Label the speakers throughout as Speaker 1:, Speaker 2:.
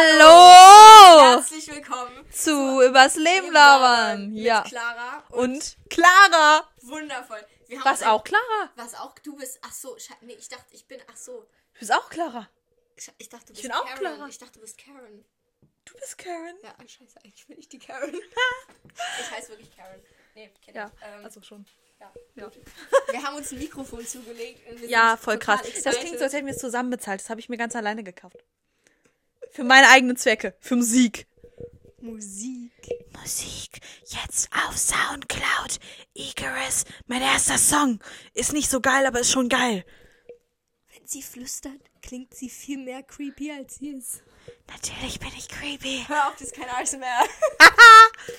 Speaker 1: Hallo!
Speaker 2: Herzlich willkommen
Speaker 1: Zu Übers Leben labern.
Speaker 2: mit
Speaker 1: Ja.
Speaker 2: Clara und,
Speaker 1: Und Clara!
Speaker 2: wundervoll. Wir haben
Speaker 1: Was
Speaker 2: ein-
Speaker 1: auch Clara?
Speaker 2: Was auch du bist. Ach so, sche- nee, ich dachte, ich bin ach so.
Speaker 1: Du bist auch Clara.
Speaker 2: Sche- Ich dachte, du bist
Speaker 1: bin auch
Speaker 2: Karen.
Speaker 1: Clara.
Speaker 2: Ich dachte, du bist Karen.
Speaker 1: Du bist Karen.
Speaker 2: Ja, ah, scheiße, eigentlich bin ich die Karen. ich heiße wirklich Karen. Nee, kenn
Speaker 1: Ja,
Speaker 2: ich. Ähm,
Speaker 1: also schon.
Speaker 2: ja.
Speaker 1: Ja.
Speaker 2: Wir haben uns ein Mikrofon zugelegt. Und wir
Speaker 1: Ja,
Speaker 2: sind
Speaker 1: voll
Speaker 2: total
Speaker 1: krass. Das klingt so, als
Speaker 2: excited.
Speaker 1: hätten wir es zusammen bezahlt. Das habe ich mir ganz alleine gekauft. Für meine eigenen Zwecke. Für Musik.
Speaker 2: Musik.
Speaker 1: Musik. Jetzt auf Soundcloud. Icarus. Mein erster Song. Ist nicht so geil, aber ist schon geil.
Speaker 2: Wenn sie flüstert, klingt sie viel mehr creepy, als sie ist.
Speaker 1: Natürlich bin ich creepy.
Speaker 2: Hör auf, das ist kein ASMR.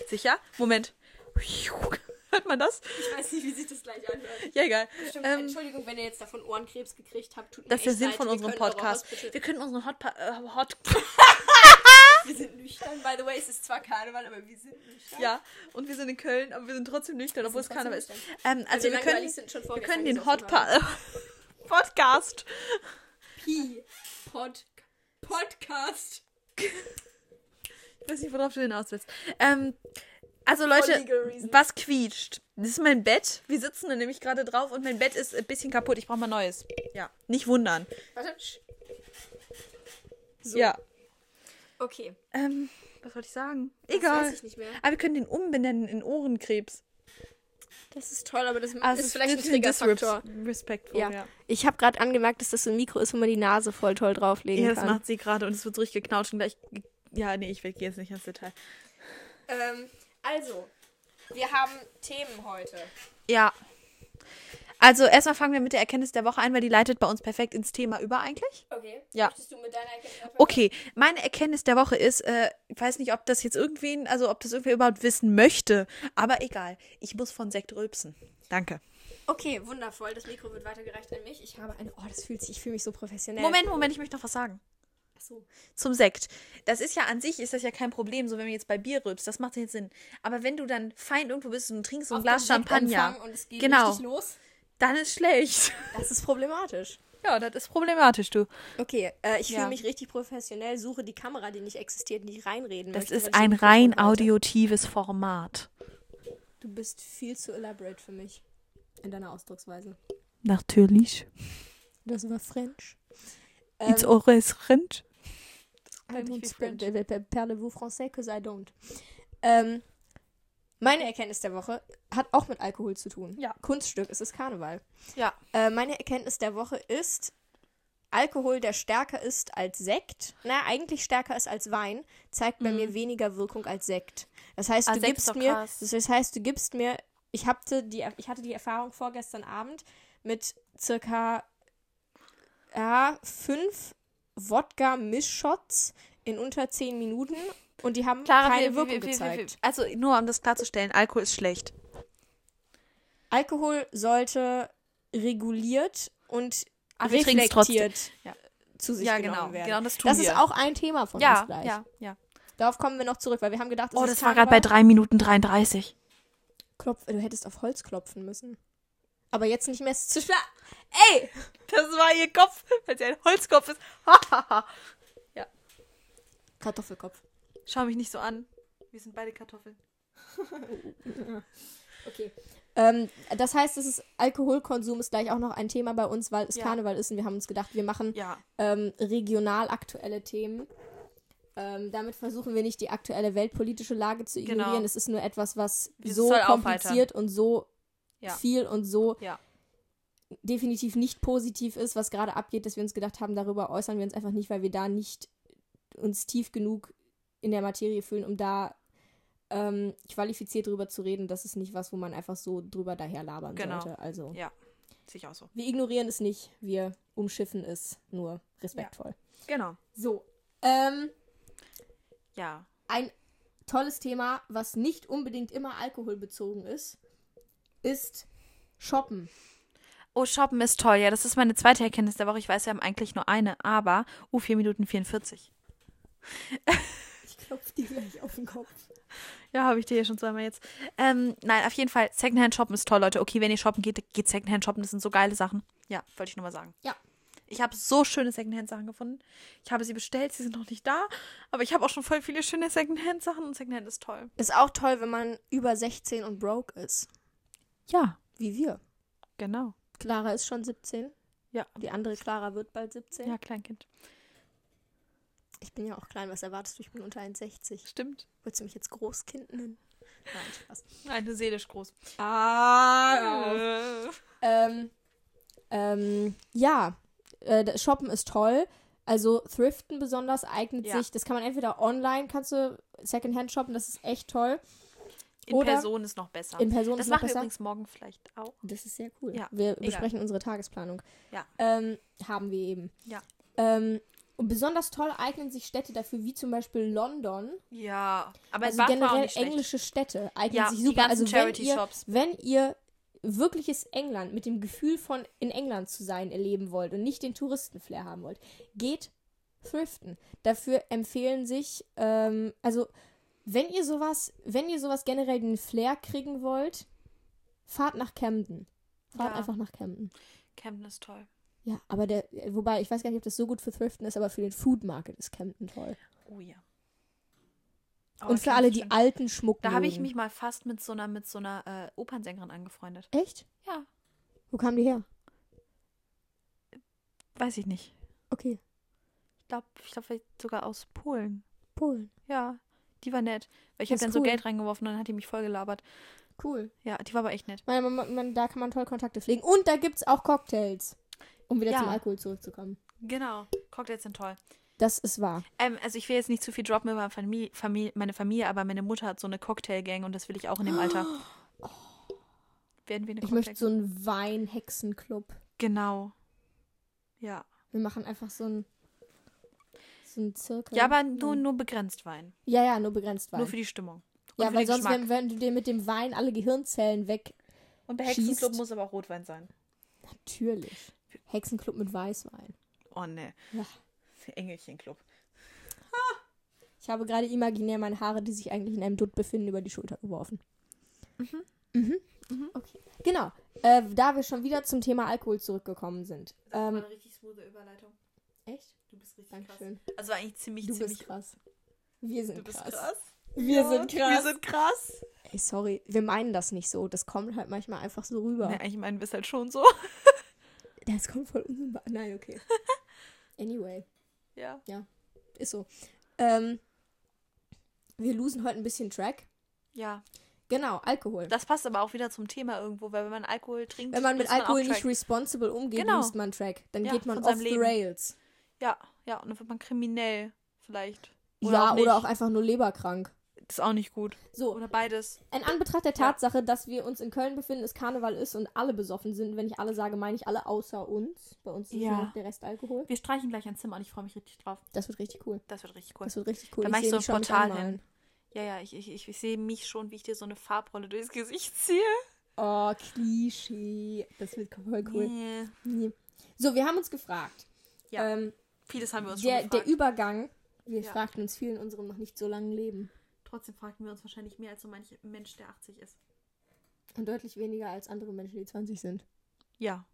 Speaker 1: Sicher? Moment. Hört man das?
Speaker 2: Ich weiß nicht, wie sich das gleich anhört.
Speaker 1: Ja, egal.
Speaker 2: Stimmt,
Speaker 1: Ähm,
Speaker 2: Entschuldigung, wenn ihr jetzt davon Ohrenkrebs gekriegt habt, tut mir
Speaker 1: Das ist der
Speaker 2: echt
Speaker 1: Sinn
Speaker 2: leid.
Speaker 1: von
Speaker 2: Wir
Speaker 1: unserem
Speaker 2: können eure
Speaker 1: Podcast.
Speaker 2: Hausbitte-
Speaker 1: Wir können unseren Hot, äh, Hot
Speaker 2: Wir sind nüchtern, by the way, es ist zwar Karneval, aber wir sind nüchtern.
Speaker 1: ja und wir sind in Köln, aber wir sind trotzdem nüchtern, obwohl es
Speaker 2: sind
Speaker 1: Karneval ist.
Speaker 2: trotzdem
Speaker 1: Ähm, also
Speaker 2: wir
Speaker 1: wir können,
Speaker 2: langweilig sind, schon
Speaker 1: wir
Speaker 2: vorgestern
Speaker 1: können den Hot
Speaker 2: gesoffen haben.
Speaker 1: Podcast.
Speaker 2: Pi. Pod Podcast.
Speaker 1: Ich weiß nicht, worauf du hinaus willst. Ähm, also
Speaker 2: For
Speaker 1: Leute,
Speaker 2: legal reasons.
Speaker 1: was quietscht? Das ist mein Bett. Wir sitzen da nämlich gerade drauf und mein Bett ist ein bisschen kaputt. Ich brauche mal neues. Ja, nicht wundern.
Speaker 2: Warte. So.
Speaker 1: Ja.
Speaker 2: Okay.
Speaker 1: Ähm, was wollte ich sagen?
Speaker 2: Das
Speaker 1: Egal.
Speaker 2: weiß ich nicht mehr.
Speaker 1: Aber wir können den umbenennen in Ohrenkrebs.
Speaker 2: Das ist toll, aber das
Speaker 1: Also
Speaker 2: ist vielleicht ein Triggerfaktor.
Speaker 1: Disrespectful,
Speaker 2: Ja.
Speaker 1: ja. ja.
Speaker 2: Ich habe gerade angemerkt, dass das so ein Mikro ist, wo man die Nase voll toll drauflegen
Speaker 1: Ja, das
Speaker 2: kann.
Speaker 1: macht sie gerade und es wird so richtig geknautscht und gleich. Ja, nee, ich will gehe jetzt nicht ins Detail.
Speaker 2: Ähm, also, wir haben Themen heute.
Speaker 1: Ja. Also erstmal fangen wir mit der Erkenntnis der Woche ein, weil die leitet bei uns perfekt ins Thema über eigentlich.
Speaker 2: Okay.
Speaker 1: Ja.
Speaker 2: Möchtest du mit deiner Erkenntnis
Speaker 1: Okay, meine Erkenntnis der Woche ist, äh, ich weiß nicht, ob das jetzt irgendwen, also ob das irgendwer überhaupt wissen möchte, aber egal. Ich muss von Sekt rülpsen. Danke.
Speaker 2: Okay, wundervoll. Das Mikro wird weitergereicht an mich. Ich habe eine. Oh, das fühlt sich. Ich fühle mich so professionell.
Speaker 1: Moment, Moment, ich möchte noch was sagen.
Speaker 2: Ach so.
Speaker 1: Zum Sekt. Das ist ja an sich, ist das ja kein Problem, so wenn wir jetzt bei Bier rülpst, das macht ja jetzt Sinn. Aber wenn du dann fein irgendwo bist und trinkst so ein
Speaker 2: Auf
Speaker 1: Glas
Speaker 2: den Sektempfang
Speaker 1: Champagner,
Speaker 2: Und es geht
Speaker 1: Genau.
Speaker 2: richtig los.
Speaker 1: dann ist schlecht.
Speaker 2: Das ist problematisch.
Speaker 1: Ja, das ist problematisch, du.
Speaker 2: Okay, äh, ich
Speaker 1: Ja.
Speaker 2: fühle mich richtig professionell, suche die Kamera, die nicht existiert, in die ich reinreden
Speaker 1: Das
Speaker 2: möchte, weil
Speaker 1: ist
Speaker 2: ich
Speaker 1: ein
Speaker 2: Mikrofon
Speaker 1: rein
Speaker 2: halte.
Speaker 1: audiotives Format.
Speaker 2: Du bist viel zu elaborate für mich. In deiner Ausdrucksweise.
Speaker 1: Natürlich.
Speaker 2: Das war French.
Speaker 1: It's always French.
Speaker 2: I don't
Speaker 1: Nicht wie
Speaker 2: speak- Parlez-vous français? Cause I don't. Ähm, meine Erkenntnis der Woche hat auch mit Alkohol zu tun.
Speaker 1: Ja.
Speaker 2: Kunststück, es ist Karneval.
Speaker 1: Ja.
Speaker 2: Äh, meine Erkenntnis der Woche ist, Alkohol, der stärker ist als Sekt, na, eigentlich stärker ist als Wein, zeigt bei mir weniger Wirkung als Sekt. Das heißt,
Speaker 1: Mhm. Ah,
Speaker 2: du
Speaker 1: Sekt ist
Speaker 2: gibst
Speaker 1: doch
Speaker 2: mir,
Speaker 1: krass.
Speaker 2: das heißt, du gibst mir, ich hatte die, ich hatte die Erfahrung vorgestern Abend mit circa ja, fünf Wodka-Mischshots in unter zehn Minuten und die haben keine Wirkung gezeigt.
Speaker 1: Also nur um das klarzustellen, Alkohol ist schlecht.
Speaker 2: Alkohol sollte reguliert und
Speaker 1: Aber wir trinken's
Speaker 2: reflektiert
Speaker 1: Ja.
Speaker 2: zu sich
Speaker 1: Ja,
Speaker 2: genommen
Speaker 1: genau.
Speaker 2: werden.
Speaker 1: Genau, das tun
Speaker 2: das
Speaker 1: wir.
Speaker 2: ist auch ein Thema von uns
Speaker 1: Ja,
Speaker 2: gleich.
Speaker 1: ja, ja.
Speaker 2: Darauf kommen wir noch zurück, weil wir haben gedacht, es
Speaker 1: Oh,
Speaker 2: ist
Speaker 1: das war gerade bei
Speaker 2: Karneval.
Speaker 1: 3 Minuten 33.
Speaker 2: Klopf, du hättest auf Holz klopfen müssen. Aber jetzt nicht mehr. es ist Zu schwer. Ey!
Speaker 1: Das war ihr Kopf, weil sie ein Holzkopf ist.
Speaker 2: Kartoffelkopf.
Speaker 1: Schau mich nicht so an. Wir sind beide Kartoffeln.
Speaker 2: Okay. Ähm, das heißt, es ist Alkoholkonsum ist gleich auch noch ein Thema bei uns, weil es
Speaker 1: Ja.
Speaker 2: Karneval ist und wir haben uns gedacht, wir machen
Speaker 1: Ja.
Speaker 2: ähm, regional aktuelle Themen. Ähm, damit versuchen wir nicht die aktuelle weltpolitische Lage zu
Speaker 1: Genau.
Speaker 2: ignorieren. Es ist nur etwas, was
Speaker 1: Es
Speaker 2: so
Speaker 1: soll
Speaker 2: kompliziert und so
Speaker 1: Ja.
Speaker 2: viel und so
Speaker 1: Ja.
Speaker 2: definitiv nicht positiv ist, was gerade abgeht, dass wir uns gedacht haben, darüber äußern wir uns einfach nicht, weil wir da nicht uns tief genug in der Materie fühlen, um da ähm, qualifiziert drüber zu reden. Das ist nicht was, wo man einfach so drüber daher labern
Speaker 1: Genau.
Speaker 2: sollte. Also
Speaker 1: Ja. Sich auch so.
Speaker 2: wir ignorieren es nicht, wir umschiffen es nur respektvoll.
Speaker 1: Genau.
Speaker 2: So. Ähm,
Speaker 1: Ja.
Speaker 2: ein tolles Thema, was nicht unbedingt immer alkoholbezogen ist, ist Shoppen.
Speaker 1: Oh, Shoppen ist toll. Ja, das ist meine zweite Erkenntnis der Woche. Ich weiß, wir haben eigentlich nur eine, aber. Uh, 4 Minuten 44.
Speaker 2: Ich klopfe dir gleich auf den Kopf.
Speaker 1: Ja, habe ich dir ja schon zweimal jetzt. Ähm, nein, auf jeden Fall, Secondhand shoppen ist toll, Leute. Okay, wenn ihr shoppen geht, geht Secondhand shoppen. Das sind so geile Sachen. Ja, wollte ich nur mal sagen.
Speaker 2: Ja.
Speaker 1: Ich habe so schöne Secondhand-Sachen gefunden. Ich habe sie bestellt, sie sind noch nicht da. Aber ich habe auch schon voll viele schöne Secondhand-Sachen und Secondhand ist toll.
Speaker 2: Ist auch toll, wenn man über 16 und broke ist.
Speaker 1: Ja,
Speaker 2: Wie wir.
Speaker 1: genau.
Speaker 2: Clara ist schon 17.
Speaker 1: Ja.
Speaker 2: Die andere Clara wird bald 17.
Speaker 1: Ja, Kleinkind.
Speaker 2: Ich bin ja auch klein. Was erwartest du? Ich bin unter 1,60.
Speaker 1: Stimmt.
Speaker 2: Willst du mich jetzt Großkind nennen? Nein, Spaß.
Speaker 1: Eine seelisch groß.
Speaker 2: Ah!
Speaker 1: Äh.
Speaker 2: Ähm, ähm, ja, äh, das Shoppen ist toll. Also Thriften besonders eignet
Speaker 1: Ja.
Speaker 2: sich. Das kann man entweder online, kannst du Secondhand shoppen, das ist echt toll.
Speaker 1: In
Speaker 2: Oder-
Speaker 1: Person ist noch besser.
Speaker 2: In Person
Speaker 1: das
Speaker 2: ist noch
Speaker 1: machen wir
Speaker 2: besser.
Speaker 1: übrigens morgen vielleicht auch.
Speaker 2: das ist sehr cool.
Speaker 1: Ja,
Speaker 2: wir besprechen unsere Tagesplanung.
Speaker 1: Ja.
Speaker 2: Ähm, haben wir eben.
Speaker 1: Ja.
Speaker 2: Ähm, und besonders toll eignen sich Städte dafür, wie zum Beispiel London.
Speaker 1: Ja, aber
Speaker 2: Also
Speaker 1: es war auch
Speaker 2: generell
Speaker 1: nicht schlecht.
Speaker 2: englische Städte eignen
Speaker 1: Ja,
Speaker 2: sich
Speaker 1: die
Speaker 2: super.
Speaker 1: ganzen
Speaker 2: Also wenn ihr,
Speaker 1: Charity-Shops.
Speaker 2: wenn ihr wirkliches England mit dem Gefühl von in England zu sein erleben wollt und nicht den Touristenflair haben wollt, geht thriften. Dafür empfehlen sich, ähm, also wenn ihr sowas, wenn ihr sowas generell den Flair kriegen wollt, fahrt nach Camden. Fahrt
Speaker 1: Ja.
Speaker 2: einfach nach Camden.
Speaker 1: Camden ist toll.
Speaker 2: Ja, aber der, wobei, ich weiß gar nicht, ob das so gut für Thriften ist, aber für den Food Market ist Camden toll.
Speaker 1: Oh ja.
Speaker 2: und für alle,
Speaker 1: Oh,
Speaker 2: die
Speaker 1: Camden ist schön.
Speaker 2: alten Schmuck
Speaker 1: Da habe ich
Speaker 2: mögen.
Speaker 1: mich mal fast mit so einer, mit so einer äh, Opernsängerin angefreundet.
Speaker 2: Echt?
Speaker 1: Ja,
Speaker 2: Wo kam die her?
Speaker 1: weiß ich nicht.
Speaker 2: Okay,
Speaker 1: Ich glaube, ich glaub, vielleicht sogar aus Polen.
Speaker 2: Polen.
Speaker 1: Ja, die war nett. Weil ich habe
Speaker 2: Das ist
Speaker 1: dann so
Speaker 2: cool.
Speaker 1: Geld reingeworfen und dann hat die mich voll gelabert.
Speaker 2: Cool.
Speaker 1: Ja, die war aber echt nett.
Speaker 2: Man, man, man, da kann man toll Kontakte pflegen. Und da gibt es auch Cocktails. Um wieder
Speaker 1: Ja.
Speaker 2: zum Alkohol zurückzukommen.
Speaker 1: Genau. Cocktails sind toll.
Speaker 2: Das ist wahr.
Speaker 1: Ähm, also ich will jetzt nicht zu viel droppen über Famili Famili meine Familie, aber meine Mutter hat so eine Cocktail-Gang und das will ich auch in dem Alter. Werden wir eine
Speaker 2: Ich
Speaker 1: Cocktail
Speaker 2: möchte so einen Weinhexenclub.
Speaker 1: Genau. Ja.
Speaker 2: Wir machen einfach so einen, so einen Zirkel.
Speaker 1: Ja, aber nur, nur begrenzt Wein.
Speaker 2: Ja, ja, nur begrenzt hm. Wein.
Speaker 1: Nur für die Stimmung. Und
Speaker 2: ja,
Speaker 1: für
Speaker 2: weil
Speaker 1: den
Speaker 2: sonst,
Speaker 1: Geschmack.
Speaker 2: wenn, wenn du dir mit dem Wein alle Gehirnzellen weg.
Speaker 1: Und bei
Speaker 2: schießt-
Speaker 1: Hexenclub muss aber auch Rotwein sein.
Speaker 2: Natürlich. Hexenclub mit Weißwein.
Speaker 1: Oh ne.
Speaker 2: Ja.
Speaker 1: Engelchenclub.
Speaker 2: Ich habe gerade imaginär meine Haare, die sich eigentlich in einem Dutt befinden, über die Schulter geworfen. Mhm. Mhm. Okay. Genau. Äh, da wir schon wieder zum Thema Alkohol zurückgekommen sind. Ähm,
Speaker 1: richtig smoothe Überleitung.
Speaker 2: echt?
Speaker 1: Du bist richtig
Speaker 2: Dankeschön.
Speaker 1: Also war eigentlich ziemlich,
Speaker 2: Du
Speaker 1: ziemlich.
Speaker 2: bist krass. Wir sind
Speaker 1: Du bist
Speaker 2: krass.
Speaker 1: krass.
Speaker 2: Wir
Speaker 1: Ja,
Speaker 2: sind
Speaker 1: Wir
Speaker 2: krass.
Speaker 1: sind krass.
Speaker 2: Ey, sorry, wir meinen das nicht so. Das kommt halt manchmal einfach so rüber.
Speaker 1: Ne, ich meine, wir sind halt schon so.
Speaker 2: Das kommt von unserem. Ba Nein, okay. Anyway,
Speaker 1: Ja.
Speaker 2: ist so. Ähm, wir losen heute ein bisschen Track.
Speaker 1: Ja.
Speaker 2: Genau, Alkohol.
Speaker 1: Das passt aber auch wieder zum Thema irgendwo, weil wenn man Alkohol trinkt,
Speaker 2: Wenn man mit
Speaker 1: ist auch
Speaker 2: Alkohol nicht
Speaker 1: tracked.
Speaker 2: responsible umgeht,
Speaker 1: Genau.
Speaker 2: lost man Track. Dann
Speaker 1: Ja,
Speaker 2: geht man
Speaker 1: von
Speaker 2: off
Speaker 1: seinem
Speaker 2: the
Speaker 1: Leben.
Speaker 2: rails.
Speaker 1: Ja, ja, und dann wird man kriminell vielleicht.
Speaker 2: ja, oder auch
Speaker 1: nicht.
Speaker 2: einfach nur leberkrank.
Speaker 1: Ist auch nicht gut.
Speaker 2: So,
Speaker 1: Oder beides.
Speaker 2: In Anbetracht der Tatsache, dass wir uns in Köln befinden, es Karneval ist und alle besoffen sind, wenn ich alle sage, meine ich alle außer uns. Bei uns ist
Speaker 1: Ja.
Speaker 2: ja. noch der Rest Alkohol.
Speaker 1: Wir streichen gleich ein Zimmer und ich freue mich richtig drauf.
Speaker 2: Das wird richtig cool.
Speaker 1: Das wird richtig cool.
Speaker 2: Das wird richtig cool.
Speaker 1: Dann
Speaker 2: Ich
Speaker 1: mach ich
Speaker 2: sehe
Speaker 1: so
Speaker 2: dich
Speaker 1: ein
Speaker 2: schon mit
Speaker 1: Portal
Speaker 2: anmalen.
Speaker 1: Ja, ja, ich, ich, ich, ich sehe mich schon, wie ich dir so eine Farbrolle durchs Gesicht ziehe.
Speaker 2: Oh, Klischee. Das wird voll cool.
Speaker 1: Nee.
Speaker 2: Nee. So, wir haben uns gefragt.
Speaker 1: Ja,
Speaker 2: ähm,
Speaker 1: Vieles haben wir uns
Speaker 2: der,
Speaker 1: schon
Speaker 2: der
Speaker 1: gefragt.
Speaker 2: Übergang, wir
Speaker 1: Ja.
Speaker 2: fragten uns viel in unserem noch nicht so langen Leben.
Speaker 1: Trotzdem fragten wir uns wahrscheinlich mehr als so manch Mensch, der 80 ist.
Speaker 2: Und deutlich weniger als andere Menschen, die 20 sind.
Speaker 1: Ja,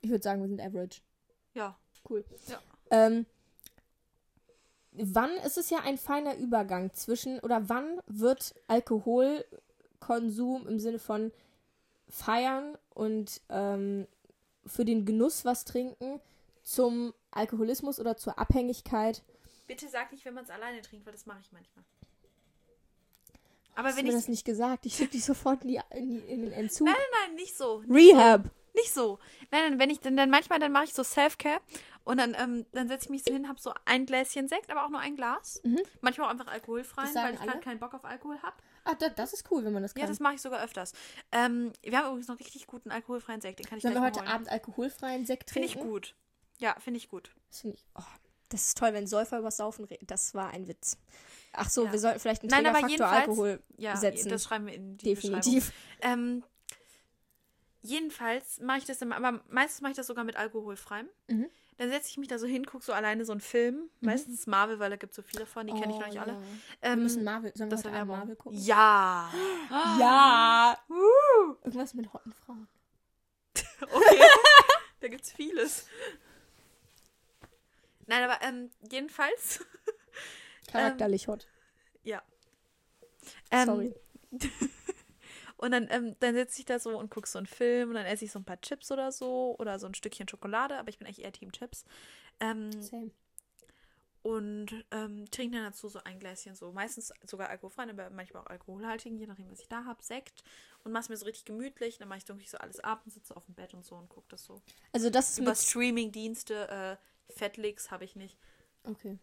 Speaker 2: Ich würde sagen, wir sind average.
Speaker 1: ja.
Speaker 2: Cool.
Speaker 1: Ja.
Speaker 2: Ähm, wann ist es ja ein feiner Übergang zwischen oder wann wird Alkoholkonsum im Sinne von feiern und ähm, für den Genuss was trinken zum Alkoholismus oder zur Abhängigkeit?
Speaker 1: Bitte sag nicht, wenn man es alleine trinkt, weil das mache ich manchmal. Aber
Speaker 2: Hast du
Speaker 1: wenn
Speaker 2: mir
Speaker 1: ich. Äh.
Speaker 2: das nicht gesagt? Ich schicke dich sofort in, die, in, die, in den Entzug.
Speaker 1: Nein, nein, nicht so.
Speaker 2: Rehab.
Speaker 1: Nicht so. Nein, nein, wenn ich dann, dann manchmal, dann mache ich so Self-Care und dann, ähm, dann setze ich mich so hin, habe so ein Gläschen Sekt, aber auch nur ein Glas.
Speaker 2: Mhm.
Speaker 1: Manchmal auch einfach alkoholfrei,
Speaker 2: Das sagen
Speaker 1: weil ich
Speaker 2: alle?
Speaker 1: gerade keinen Bock auf Alkohol habe.
Speaker 2: Ah, da, das ist cool, wenn man das kann.
Speaker 1: Ja, das mache ich sogar öfters. Ähm, wir haben übrigens noch richtig guten alkoholfreien Sekt, den kann ich
Speaker 2: Sollen wir
Speaker 1: gleich mal
Speaker 2: heute
Speaker 1: holen.
Speaker 2: Abend alkoholfreien Sekt
Speaker 1: Finde
Speaker 2: trinken?
Speaker 1: ich gut. Ja, finde ich gut.
Speaker 2: Das finde ich. Oh, das ist toll, wenn Säufer über Saufen reden. Das war ein Witz. Ach so,
Speaker 1: Ja.
Speaker 2: wir sollten vielleicht einen
Speaker 1: Nein, aber
Speaker 2: Triggerfaktor
Speaker 1: jedenfalls-
Speaker 2: Alkohol
Speaker 1: Ja,
Speaker 2: setzen.
Speaker 1: das schreiben wir in die Beschreibung.
Speaker 2: definitiv.
Speaker 1: Ähm, jedenfalls mache ich das immer, aber meistens mache ich das sogar mit alkoholfreiem.
Speaker 2: Mhm.
Speaker 1: Dann setze ich mich da so hin, gucke so alleine so einen Film. Meistens Marvel, weil da gibt es so viele von, die kenne ich noch
Speaker 2: Oh,
Speaker 1: nicht
Speaker 2: ja.
Speaker 1: alle.
Speaker 2: Wir
Speaker 1: Ähm,
Speaker 2: müssen Marvel, sollen wir
Speaker 1: das
Speaker 2: heute
Speaker 1: war
Speaker 2: Abend
Speaker 1: Werbung.
Speaker 2: Marvel gucken?
Speaker 1: Ja. Ähm,
Speaker 2: Ja. Irgendwas mit hotten Frauen.
Speaker 1: Okay. da gibt's vieles. Nein, aber ähm, jedenfalls.
Speaker 2: Charakterlich hot.
Speaker 1: Ja. Ähm,
Speaker 2: Sorry.
Speaker 1: Und dann, ähm, dann sitze ich da so und gucke so einen Film und dann esse ich so ein paar Chips oder so oder so ein Stückchen Schokolade, aber ich bin eigentlich eher Team Chips. Ähm,
Speaker 2: Same.
Speaker 1: und ähm, trinke dann dazu so ein Gläschen, so meistens sogar alkoholfreien, aber manchmal auch alkoholhaltigen, je nachdem, was ich da habe, Sekt und mache es mir so richtig gemütlich. Dann mache ich dunkel so alles ab und sitze auf dem Bett und so und gucke das so.
Speaker 2: Also das ist
Speaker 1: Über
Speaker 2: mit...
Speaker 1: Streaming-Dienste, äh, Fetlix habe ich nicht.
Speaker 2: Okay.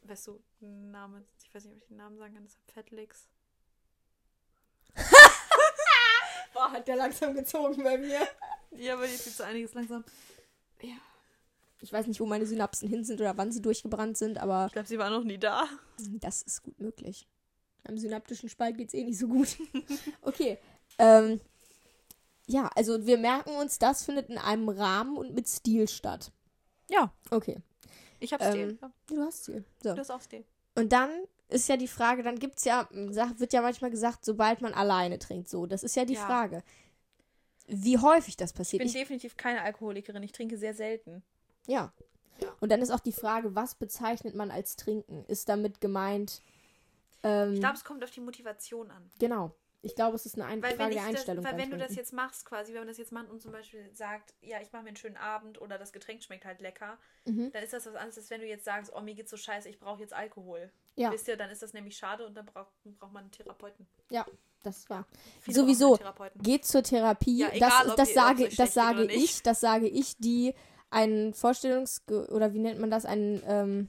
Speaker 1: Weißt du, Name, ich weiß nicht, ob ich den Namen sagen kann, deshalb Fetlix.
Speaker 2: Boah, hat der langsam gezogen bei mir.
Speaker 1: Ja, aber jetzt geht so einiges langsam.
Speaker 2: Ich weiß nicht, wo meine Synapsen hin sind oder wann sie durchgebrannt sind, aber
Speaker 1: Ich glaube, sie war noch nie da.
Speaker 2: das ist gut möglich. Am synaptischen Spalt geht's eh nicht so gut. okay. Ähm, ja, also wir merken uns, das findet in einem Rahmen und mit Stil statt.
Speaker 1: Ja.
Speaker 2: Okay.
Speaker 1: Ich hab's
Speaker 2: Ähm,
Speaker 1: ähm, dir.
Speaker 2: Du hast Stil. So.
Speaker 1: Du hast auch Stil.
Speaker 2: Und dann ist ja die Frage, dann gibt's ja, hm, sag- wird ja manchmal gesagt, sobald man alleine trinkt, so. Das ist ja die
Speaker 1: Ja.
Speaker 2: Frage. Wie häufig das
Speaker 1: Ich
Speaker 2: passiert.
Speaker 1: bin
Speaker 2: Ich-
Speaker 1: definitiv keine Alkoholikerin. Ich trinke sehr selten.
Speaker 2: Ja. Und dann ist auch die Frage, was bezeichnet man als Trinken? Ist damit gemeint. Ähm,
Speaker 1: Ich glaube, es kommt auf die Motivation an.
Speaker 2: genau. Ich glaube, es ist eine Ein
Speaker 1: Weil, wenn,
Speaker 2: Frage
Speaker 1: ich
Speaker 2: der
Speaker 1: das,
Speaker 2: Einstellung.
Speaker 1: weil
Speaker 2: beim
Speaker 1: wenn du das
Speaker 2: Trinken.
Speaker 1: jetzt machst, quasi, wenn man das jetzt macht und zum Beispiel sagt, ja, ich mache mir einen schönen Abend oder das Getränk schmeckt halt lecker,
Speaker 2: Mhm.
Speaker 1: dann ist das was anderes, als wenn du jetzt sagst, oh, mir geht's so scheiße, ich brauche jetzt Alkohol.
Speaker 2: Ja.
Speaker 1: Wisst ihr, dann ist das nämlich schade und dann braucht, braucht man einen Therapeuten.
Speaker 2: Ja, das war.
Speaker 1: Viele
Speaker 2: Sowieso.
Speaker 1: brauchen einen Therapeuten.
Speaker 2: Geht zur Therapie.
Speaker 1: Ja,
Speaker 2: das
Speaker 1: egal,
Speaker 2: ist-
Speaker 1: ob
Speaker 2: das
Speaker 1: ihr- ob's
Speaker 2: sage,
Speaker 1: euch
Speaker 2: das
Speaker 1: schlecht geht
Speaker 2: sage
Speaker 1: oder nicht.
Speaker 2: ich, das sage ich, die einen Vorstellungs- oder wie nennt man das, einen, ähm,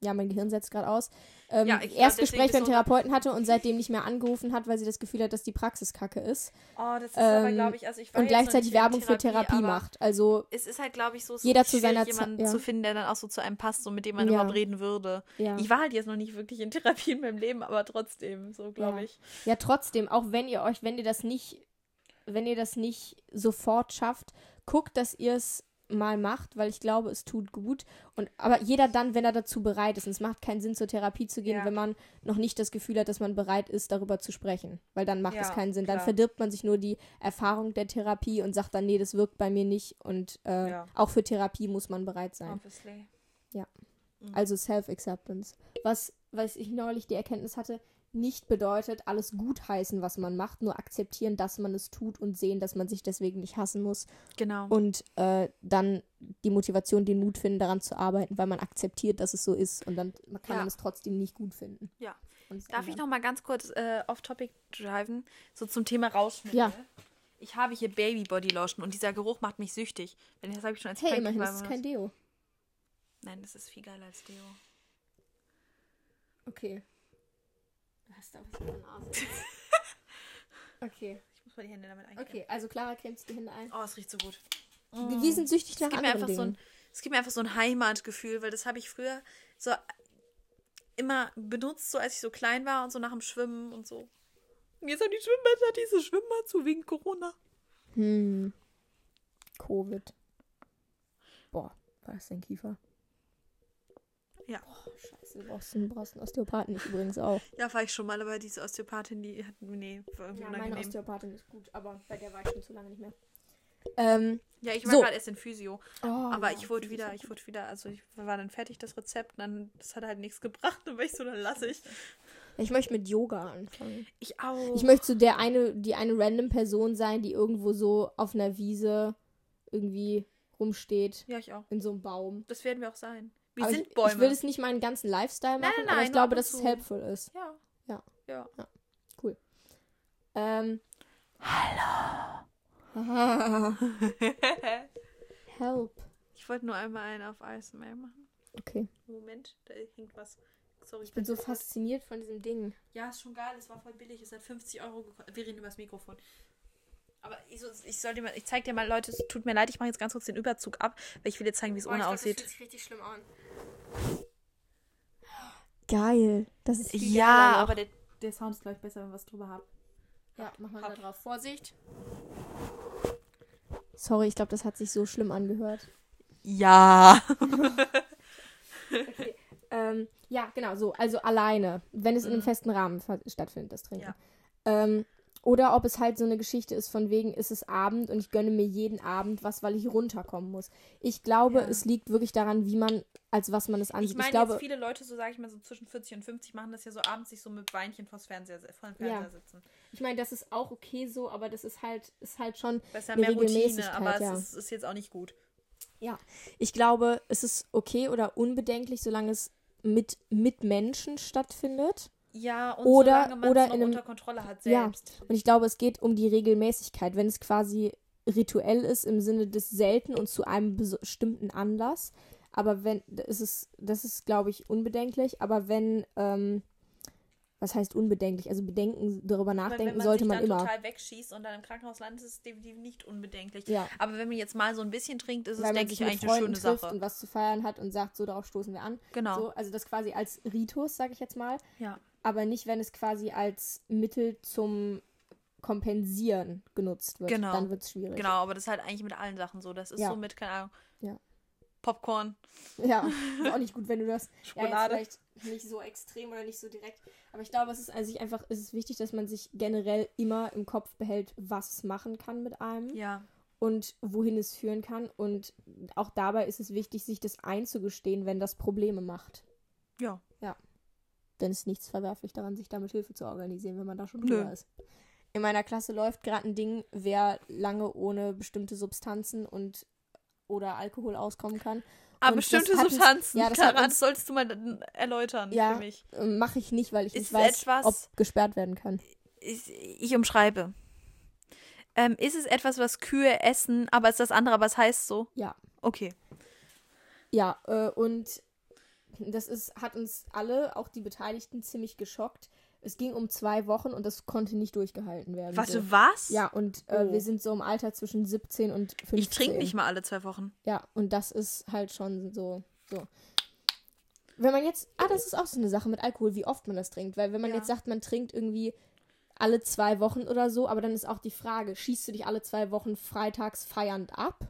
Speaker 2: ja, mein Gehirn setzt gerade aus, ähm,
Speaker 1: Ja, ich glaub, deswegen
Speaker 2: Erstgespräch
Speaker 1: bist
Speaker 2: beim
Speaker 1: du-
Speaker 2: Therapeuten hatte und seitdem nicht mehr angerufen hat, weil sie das Gefühl hat, dass die Praxis kacke ist
Speaker 1: Oh, das ist aber,
Speaker 2: Ähm,
Speaker 1: glaube ich, also ich war
Speaker 2: und
Speaker 1: jetzt noch nicht
Speaker 2: gleichzeitig
Speaker 1: in
Speaker 2: Werbung für Therapie
Speaker 1: aber
Speaker 2: macht. Also,
Speaker 1: Es ist halt, glaube ich, so, es ist
Speaker 2: Jeder
Speaker 1: wirklich
Speaker 2: zu seiner
Speaker 1: schwierig, jemanden
Speaker 2: Zeit, ja.
Speaker 1: zu finden, der dann auch so zu einem passt, so mit dem man
Speaker 2: Ja.
Speaker 1: überhaupt reden würde.
Speaker 2: ja.
Speaker 1: Ich war halt jetzt noch nicht wirklich in Therapie in meinem Leben, aber trotzdem, so glaube
Speaker 2: Ja.
Speaker 1: ich.
Speaker 2: Ja, trotzdem, auch wenn ihr euch, wenn ihr das nicht, wenn ihr das nicht sofort schafft, guckt, dass ihr es mal macht, weil ich glaube, es tut gut. Und aber jeder dann, wenn er dazu bereit ist. Und es macht keinen Sinn, zur Therapie zu gehen,
Speaker 1: Ja.
Speaker 2: wenn man noch nicht das Gefühl hat, dass man bereit ist, darüber zu sprechen. Weil dann macht
Speaker 1: Ja,
Speaker 2: es keinen Sinn. Dann
Speaker 1: klar.
Speaker 2: verdirbt man sich nur die Erfahrung der Therapie und sagt dann, nee, das wirkt bei mir nicht. Und äh,
Speaker 1: Ja.
Speaker 2: auch für Therapie muss man bereit sein.
Speaker 1: Obviously.
Speaker 2: Also Self-Acceptance. Was, was ich neulich die Erkenntnis hatte, nicht bedeutet, alles gutheißen, was man macht, nur akzeptieren, dass man es tut und sehen, dass man sich deswegen nicht hassen muss.
Speaker 1: Genau.
Speaker 2: Und äh, dann die Motivation, den Mut finden, daran zu arbeiten, weil man akzeptiert, dass es so ist. Und dann kann
Speaker 1: Ja.
Speaker 2: man es trotzdem nicht gut finden.
Speaker 1: Ja.
Speaker 2: Und es
Speaker 1: Darf ich noch
Speaker 2: ändern.
Speaker 1: mal ganz kurz äh, off-topic driven? So zum Thema Rauschmittel.
Speaker 2: Ja.
Speaker 1: Ich habe hier Baby Body Lotion und dieser Geruch macht mich süchtig. Wenn das habe ich schon als
Speaker 2: Hey,
Speaker 1: Kind
Speaker 2: immerhin
Speaker 1: mal
Speaker 2: ist es
Speaker 1: benutzt.
Speaker 2: kein Deo.
Speaker 1: Nein, das ist viel geiler als Deo.
Speaker 2: Okay. Du hast da was in der Nase. okay.
Speaker 1: Ich muss mal die Hände damit eincremen.
Speaker 2: Okay, also Clara cremst die Hände ein.
Speaker 1: Oh, es riecht so gut.
Speaker 2: Wir sind süchtig
Speaker 1: Mm. Es
Speaker 2: nach
Speaker 1: gibt, mir
Speaker 2: anderen
Speaker 1: einfach
Speaker 2: Dingen.
Speaker 1: so ein, es gibt mir einfach so ein Heimatgefühl, weil das habe ich früher so immer benutzt, so als ich so klein war und so nach dem Schwimmen und so. Und jetzt haben die Schwimmbäder diese Schwimmbad zu wegen Corona.
Speaker 2: Hm. Covid. Boah, war das dein Kiefer?
Speaker 1: Ja.
Speaker 2: Boah, scheiße, du brauchst, du brauchst einen Osteopathen. Ich übrigens auch.
Speaker 1: Ja, war ich schon mal, aber diese Osteopathin, die hat. Nee, war irgendwie unangenehm.
Speaker 2: Osteopathin ist gut, aber bei der war ich schon zu lange nicht mehr. Ähm,
Speaker 1: Ja, ich war
Speaker 2: So.
Speaker 1: gerade erst in Physio.
Speaker 2: oh,
Speaker 1: Aber
Speaker 2: ja,
Speaker 1: ich wurde
Speaker 2: Physio
Speaker 1: wieder,
Speaker 2: ist
Speaker 1: ich wurde wieder, also ich war dann fertig, das Rezept, und dann, das hat halt nichts gebracht, dann war ich so, dann lasse ich.
Speaker 2: auch- Ich möchte mit Yoga anfangen.
Speaker 1: Ich auch.
Speaker 2: Ich möchte so der eine, die eine random Person sein, die irgendwo so auf einer Wiese irgendwie rumsteht,
Speaker 1: ja, ich auch.
Speaker 2: in so einem Baum.
Speaker 1: Das werden wir auch sein. Wir
Speaker 2: aber
Speaker 1: sind
Speaker 2: ich,
Speaker 1: Bäume.
Speaker 2: ich will es nicht meinen ganzen Lifestyle machen,
Speaker 1: Nein, nein,
Speaker 2: aber
Speaker 1: nein,
Speaker 2: ich
Speaker 1: nur ab
Speaker 2: glaube,
Speaker 1: und
Speaker 2: dass es
Speaker 1: zu.
Speaker 2: helpful ist.
Speaker 1: ja.
Speaker 2: Ja.
Speaker 1: Ja.
Speaker 2: Ähm. Hallo. Help.
Speaker 1: Ich wollte nur einmal einen auf ASMR machen.
Speaker 2: Okay.
Speaker 1: Moment, da hängt was. Sorry,
Speaker 2: Ich bin so fasziniert von diesem Ding.
Speaker 1: Ja, ist schon geil, es war voll billig, es hat 50 Euro gekostet. Wir reden übers Mikrofon. Aber ich, so, ich soll dir mal, ich zeig dir mal, Leute, es tut mir leid, ich mache jetzt ganz kurz den Überzug ab, weil Oh, ich will dir zeigen, wie es ohne aussieht.
Speaker 2: sich richtig schlimm an. Geil. Das ist viel
Speaker 1: Ja,
Speaker 2: geiler ne?
Speaker 1: aber der, der Sound ist, glaube ich, besser, wenn wir was drüber haben.
Speaker 2: noch. Ja, mach mal
Speaker 1: Hab.
Speaker 2: da drauf. Vorsicht. Sorry, ich glaube, das hat sich so schlimm angehört.
Speaker 1: Ja.
Speaker 2: Ähm,
Speaker 1: Mhm.
Speaker 2: ja, genau, so. Also alleine, wenn es in einem festen Rahmen fa- stattfindet, das Trinken.
Speaker 1: Ja.
Speaker 2: Ähm, Oder ob es halt so eine Geschichte ist, von wegen ist es Abend und ich gönne mir jeden Abend was, weil ich runterkommen muss. Ich glaube,
Speaker 1: Ja.
Speaker 2: es liegt wirklich daran, wie man, als was man es ansieht.
Speaker 1: Ich
Speaker 2: Also Ich,
Speaker 1: meine,
Speaker 2: glaube,
Speaker 1: jetzt viele Leute, so sage ich mal, so zwischen 40 und 50 machen das ja so abends sich so mit Weinchen vors Fernseher, vor dem Fernseher
Speaker 2: Ja.
Speaker 1: sitzen.
Speaker 2: ich meine, das ist auch okay so, aber das ist halt, ist halt schon
Speaker 1: Das ist ja
Speaker 2: Eine
Speaker 1: mehr Routine,
Speaker 2: Regelmäßigkeit,
Speaker 1: aber
Speaker 2: ja.
Speaker 1: es ist, ist jetzt auch nicht gut.
Speaker 2: Ich glaube, es ist okay oder unbedenklich, solange es mit, mit Menschen stattfindet.
Speaker 1: Ja, und
Speaker 2: Oder-
Speaker 1: solange man
Speaker 2: oder
Speaker 1: es noch
Speaker 2: in einem-
Speaker 1: unter Kontrolle hat
Speaker 2: Ja.
Speaker 1: selbst.
Speaker 2: Und ich glaube, es geht um die Regelmäßigkeit. Wenn es quasi rituell ist im Sinne des selten und zu einem bes- bestimmten Anlass. Aber wenn, das ist, das ist, glaube ich, unbedenklich. Aber wenn, ähm, was heißt unbedenklich? Also Bedenken darüber
Speaker 1: Weil wenn
Speaker 2: nachdenken
Speaker 1: man
Speaker 2: sollte
Speaker 1: sich
Speaker 2: man
Speaker 1: dann
Speaker 2: immer.
Speaker 1: total wegschießt und dann im Krankenhaus landet, ist es definitiv nicht unbedenklich.
Speaker 2: Ja.
Speaker 1: Aber wenn man jetzt mal so ein bisschen trinkt, ist es,
Speaker 2: Weil man
Speaker 1: denke
Speaker 2: sich
Speaker 1: ich,
Speaker 2: mit
Speaker 1: eigentlich eine
Speaker 2: Freunden
Speaker 1: schöne
Speaker 2: trifft
Speaker 1: Sache.
Speaker 2: und was zu feiern hat und sagt, so darauf stoßen wir an.
Speaker 1: Genau.
Speaker 2: So, also das quasi als Ritus, sage ich jetzt mal.
Speaker 1: Ja.
Speaker 2: aber nicht, wenn es quasi als Mittel zum Kompensieren genutzt wird.
Speaker 1: Genau.
Speaker 2: Dann wird es schwierig.
Speaker 1: Genau, aber das ist halt eigentlich mit allen Sachen so. Das ist
Speaker 2: Ja.
Speaker 1: so mit, keine Ahnung,
Speaker 2: Ja.
Speaker 1: Popcorn.
Speaker 2: Ja, ist auch nicht gut, wenn du das
Speaker 1: Schokolade.
Speaker 2: Ja, jetzt vielleicht nicht so extrem oder nicht so direkt. Aber ich glaube, es ist an sich einfach, es ist wichtig, dass man sich generell immer im Kopf behält, was es machen kann mit einem
Speaker 1: Ja.
Speaker 2: Hm? und wohin es führen kann. Und auch dabei ist es wichtig, sich das einzugestehen, wenn das Probleme macht.
Speaker 1: Ja.
Speaker 2: Denn es ist nichts verwerflich daran, sich damit Hilfe zu organisieren, wenn man da schon
Speaker 1: Nö.
Speaker 2: drüber ist. In meiner Klasse läuft gerade ein Ding, wer lange ohne bestimmte Substanzen und oder Alkohol auskommen kann.
Speaker 1: Aber
Speaker 2: Und das
Speaker 1: bestimmte
Speaker 2: hat uns-
Speaker 1: Substanzen,
Speaker 2: ja,
Speaker 1: ja,
Speaker 2: das
Speaker 1: das,
Speaker 2: hat uns-
Speaker 1: solltest du mal dann erläutern
Speaker 2: Ja.
Speaker 1: für mich.
Speaker 2: Äh, Mache ich nicht, weil ich
Speaker 1: Ist
Speaker 2: nicht weiß,
Speaker 1: es etwas-
Speaker 2: ob gesperrt werden kann.
Speaker 1: Ich, ich umschreibe. Ähm, ist es etwas, was Kühe essen, aber ist das andere, aber es heißt so?
Speaker 2: Ja.
Speaker 1: Okay.
Speaker 2: Ja, äh, und das ist, hat uns alle, auch die Beteiligten, ziemlich geschockt. Es ging um zwei Wochen und das konnte nicht durchgehalten werden.
Speaker 1: Warte,
Speaker 2: so.
Speaker 1: was?
Speaker 2: Also Ja, und äh,
Speaker 1: Oh.
Speaker 2: wir sind so im Alter zwischen 17 und 15.
Speaker 1: Ich trinke nicht mal alle zwei Wochen.
Speaker 2: Ja, und das ist halt schon so. so. Wenn man jetzt, ah, das ist auch so eine Sache mit Alkohol, wie oft man das trinkt. Weil wenn man
Speaker 1: Ja.
Speaker 2: jetzt sagt, man trinkt irgendwie alle zwei Wochen oder so, aber dann ist auch die Frage, schießt du dich alle zwei Wochen freitags feiernd ab?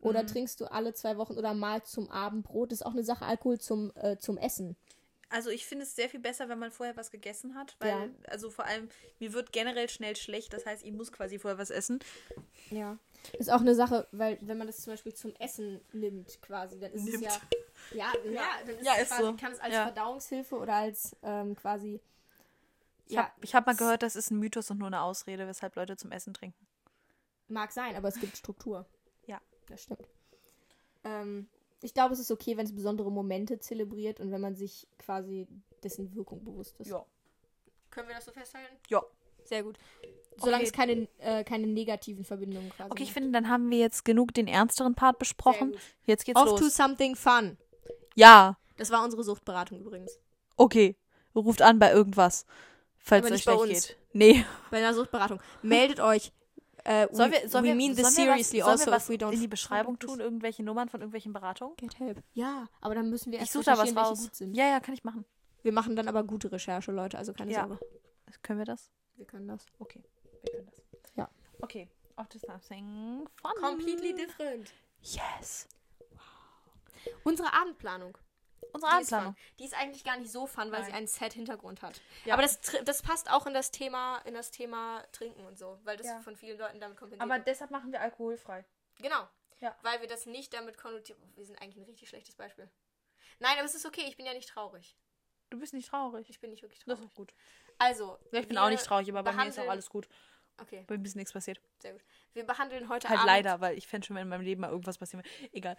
Speaker 2: Oder trinkst du alle zwei Wochen oder mal zum Abendbrot? Das ist auch eine Sache, Alkohol zum, äh, zum Essen.
Speaker 1: Also ich finde es sehr viel besser, wenn man vorher was gegessen hat, weil also vor allem mir wird generell schnell schlecht, das heißt, ich muss quasi vorher was essen.
Speaker 2: Ja. Ist auch eine Sache, weil wenn man das zum Beispiel zum Essen nimmt, quasi, dann ist es
Speaker 1: Nimmt.
Speaker 2: ja. Ja, ja, dann ist
Speaker 1: Ja,
Speaker 2: es
Speaker 1: ist
Speaker 2: quasi,
Speaker 1: so.
Speaker 2: kann es als
Speaker 1: Ja.
Speaker 2: Verdauungshilfe oder als ähm, quasi.
Speaker 1: Ich habe hab mal gehört, das ist ein Mythos und nur eine Ausrede, weshalb Leute zum Essen trinken.
Speaker 2: Mag sein, aber es gibt Struktur.
Speaker 1: Ja.
Speaker 2: Das stimmt. Ähm, ich glaube, es ist okay, wenn es besondere Momente zelebriert und wenn man sich quasi dessen Wirkung bewusst ist.
Speaker 1: Ja.
Speaker 2: Können wir das so festhalten?
Speaker 1: Ja.
Speaker 2: Sehr gut. Solange
Speaker 1: Okay.
Speaker 2: es keine, äh, keine negativen Verbindungen quasi
Speaker 1: Okay, Also ich
Speaker 2: macht.
Speaker 1: finde, dann haben wir jetzt genug den ernsteren Part besprochen.
Speaker 2: Sehr gut.
Speaker 1: Jetzt geht's
Speaker 2: Off to
Speaker 1: los.
Speaker 2: something fun.
Speaker 1: Ja,
Speaker 2: Das war unsere Suchtberatung übrigens.
Speaker 1: okay. Ruft an bei irgendwas, falls
Speaker 2: Aber
Speaker 1: es euch
Speaker 2: nicht bei
Speaker 1: schlecht
Speaker 2: uns.
Speaker 1: geht. Nee.
Speaker 2: Bei einer Suchtberatung. Meldet euch. Äh,
Speaker 1: Sollen
Speaker 2: we,
Speaker 1: wir, sollen
Speaker 2: we
Speaker 1: wir,
Speaker 2: mean this
Speaker 1: sollen wir was,
Speaker 2: seriously
Speaker 1: sollen
Speaker 2: also
Speaker 1: wir was
Speaker 2: if we don't
Speaker 1: in die Beschreibung tun? Irgendwelche Nummern von irgendwelchen Beratungen?
Speaker 2: Get help. Ja, aber dann müssen wir
Speaker 1: Ich
Speaker 2: erst
Speaker 1: suche da was
Speaker 2: recherchieren, welche
Speaker 1: raus.
Speaker 2: gut sind.
Speaker 1: Ja, ja, kann ich machen.
Speaker 2: Wir machen dann aber gute Recherche, Leute, also keine
Speaker 1: Ja.
Speaker 2: Sorge.
Speaker 1: Können wir das?
Speaker 2: Wir können das.
Speaker 1: Okay, wir können das.
Speaker 2: Ja.
Speaker 1: Okay, off to something fun.
Speaker 2: different.
Speaker 1: Yes.
Speaker 2: Unsere Abendplanung.
Speaker 1: Unsere Abendplanung.
Speaker 2: Die ist, fun. die ist eigentlich gar nicht so fun, weil
Speaker 1: Nein.
Speaker 2: sie einen Set-Hintergrund hat.
Speaker 1: Ja.
Speaker 2: Aber das, tr- das passt auch in das Thema, in das Thema Trinken und so, weil das
Speaker 1: Ja.
Speaker 2: von vielen Leuten damit kompensiert
Speaker 1: Aber
Speaker 2: wird.
Speaker 1: deshalb machen wir alkoholfrei.
Speaker 2: Genau.
Speaker 1: Ja.
Speaker 2: Weil wir das nicht damit konnotieren. Oh, wir sind eigentlich ein richtig schlechtes Beispiel. Nein, aber es ist okay, ich bin ja nicht traurig.
Speaker 1: Du bist nicht traurig.
Speaker 2: Ich bin nicht wirklich
Speaker 1: Das
Speaker 2: traurig.
Speaker 1: ist auch gut.
Speaker 2: Also.
Speaker 1: Ja, ich bin
Speaker 2: wir
Speaker 1: auch nicht traurig, aber bei mir ist auch
Speaker 2: behandeln-
Speaker 1: alles gut.
Speaker 2: Okay,
Speaker 1: Bei mir ist nichts passiert.
Speaker 2: sehr gut. Wir behandeln heute
Speaker 1: Halt
Speaker 2: Abend.
Speaker 1: leider, weil ich fände schon, wenn in meinem Leben mal irgendwas passieren würde. Egal.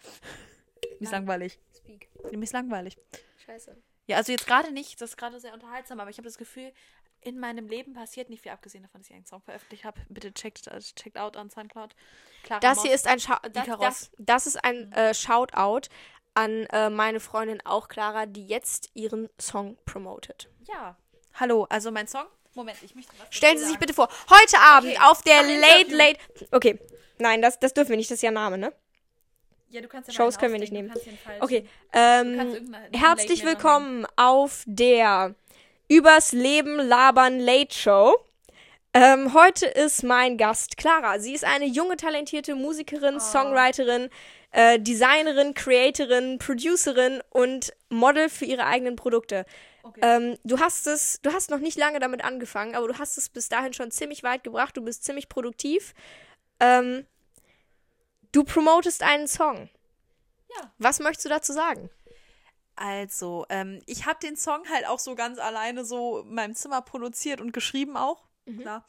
Speaker 1: Mir ist
Speaker 2: Nein.
Speaker 1: langweilig.
Speaker 2: Speak.
Speaker 1: Mir ist langweilig.
Speaker 2: Scheiße.
Speaker 1: Ja, also jetzt gerade nicht. Das ist gerade sehr unterhaltsam, aber ich habe das Gefühl, in meinem Leben passiert nicht viel, abgesehen davon, dass ich einen Song veröffentlicht habe. Bitte checkt, äh, checkt out an Soundcloud. Clara
Speaker 2: Das
Speaker 1: Maus.
Speaker 2: hier ist ein Schau das,
Speaker 1: Kaross.
Speaker 2: das, das ist ein äh, Shoutout an äh, meine Freundin auch Clara, die jetzt ihren Song promotet.
Speaker 1: Ja. Hallo, also mein Song. Moment, ich möchte was dazu
Speaker 2: Stellen Sie sich
Speaker 1: sagen.
Speaker 2: bitte vor, heute Abend
Speaker 1: Okay,
Speaker 2: auf der
Speaker 1: mach ein
Speaker 2: Late
Speaker 1: Interview.
Speaker 2: Late. Okay, nein, das, das dürfen wir nicht, das ist ja Name, ne?
Speaker 1: Ja, du kannst ja
Speaker 2: Shows
Speaker 1: meinen
Speaker 2: können wir nicht
Speaker 1: ausdenken,
Speaker 2: nehmen.
Speaker 1: du kannst hier einen falschen-
Speaker 2: Okay,
Speaker 1: Du halt kannst
Speaker 2: ähm,
Speaker 1: irgendeinen- einen
Speaker 2: herzlich
Speaker 1: Late-Night
Speaker 2: willkommen auf der Übers Leben labern Late Show. Ähm, heute ist mein Gast Clara. Sie ist eine junge, talentierte Musikerin, Songwriterin, äh, Designerin, Creatorin, Producerin und Model für ihre eigenen Produkte.
Speaker 1: Okay.
Speaker 2: Ähm, du hast es, du hast noch nicht lange damit angefangen, aber du hast es bis dahin schon ziemlich weit gebracht. Du bist ziemlich produktiv. Ähm, du promotest einen Song.
Speaker 1: Ja.
Speaker 2: Was möchtest du dazu sagen?
Speaker 1: Also, ähm, ich habe den Song halt auch so ganz alleine so in meinem Zimmer produziert und geschrieben auch, klar.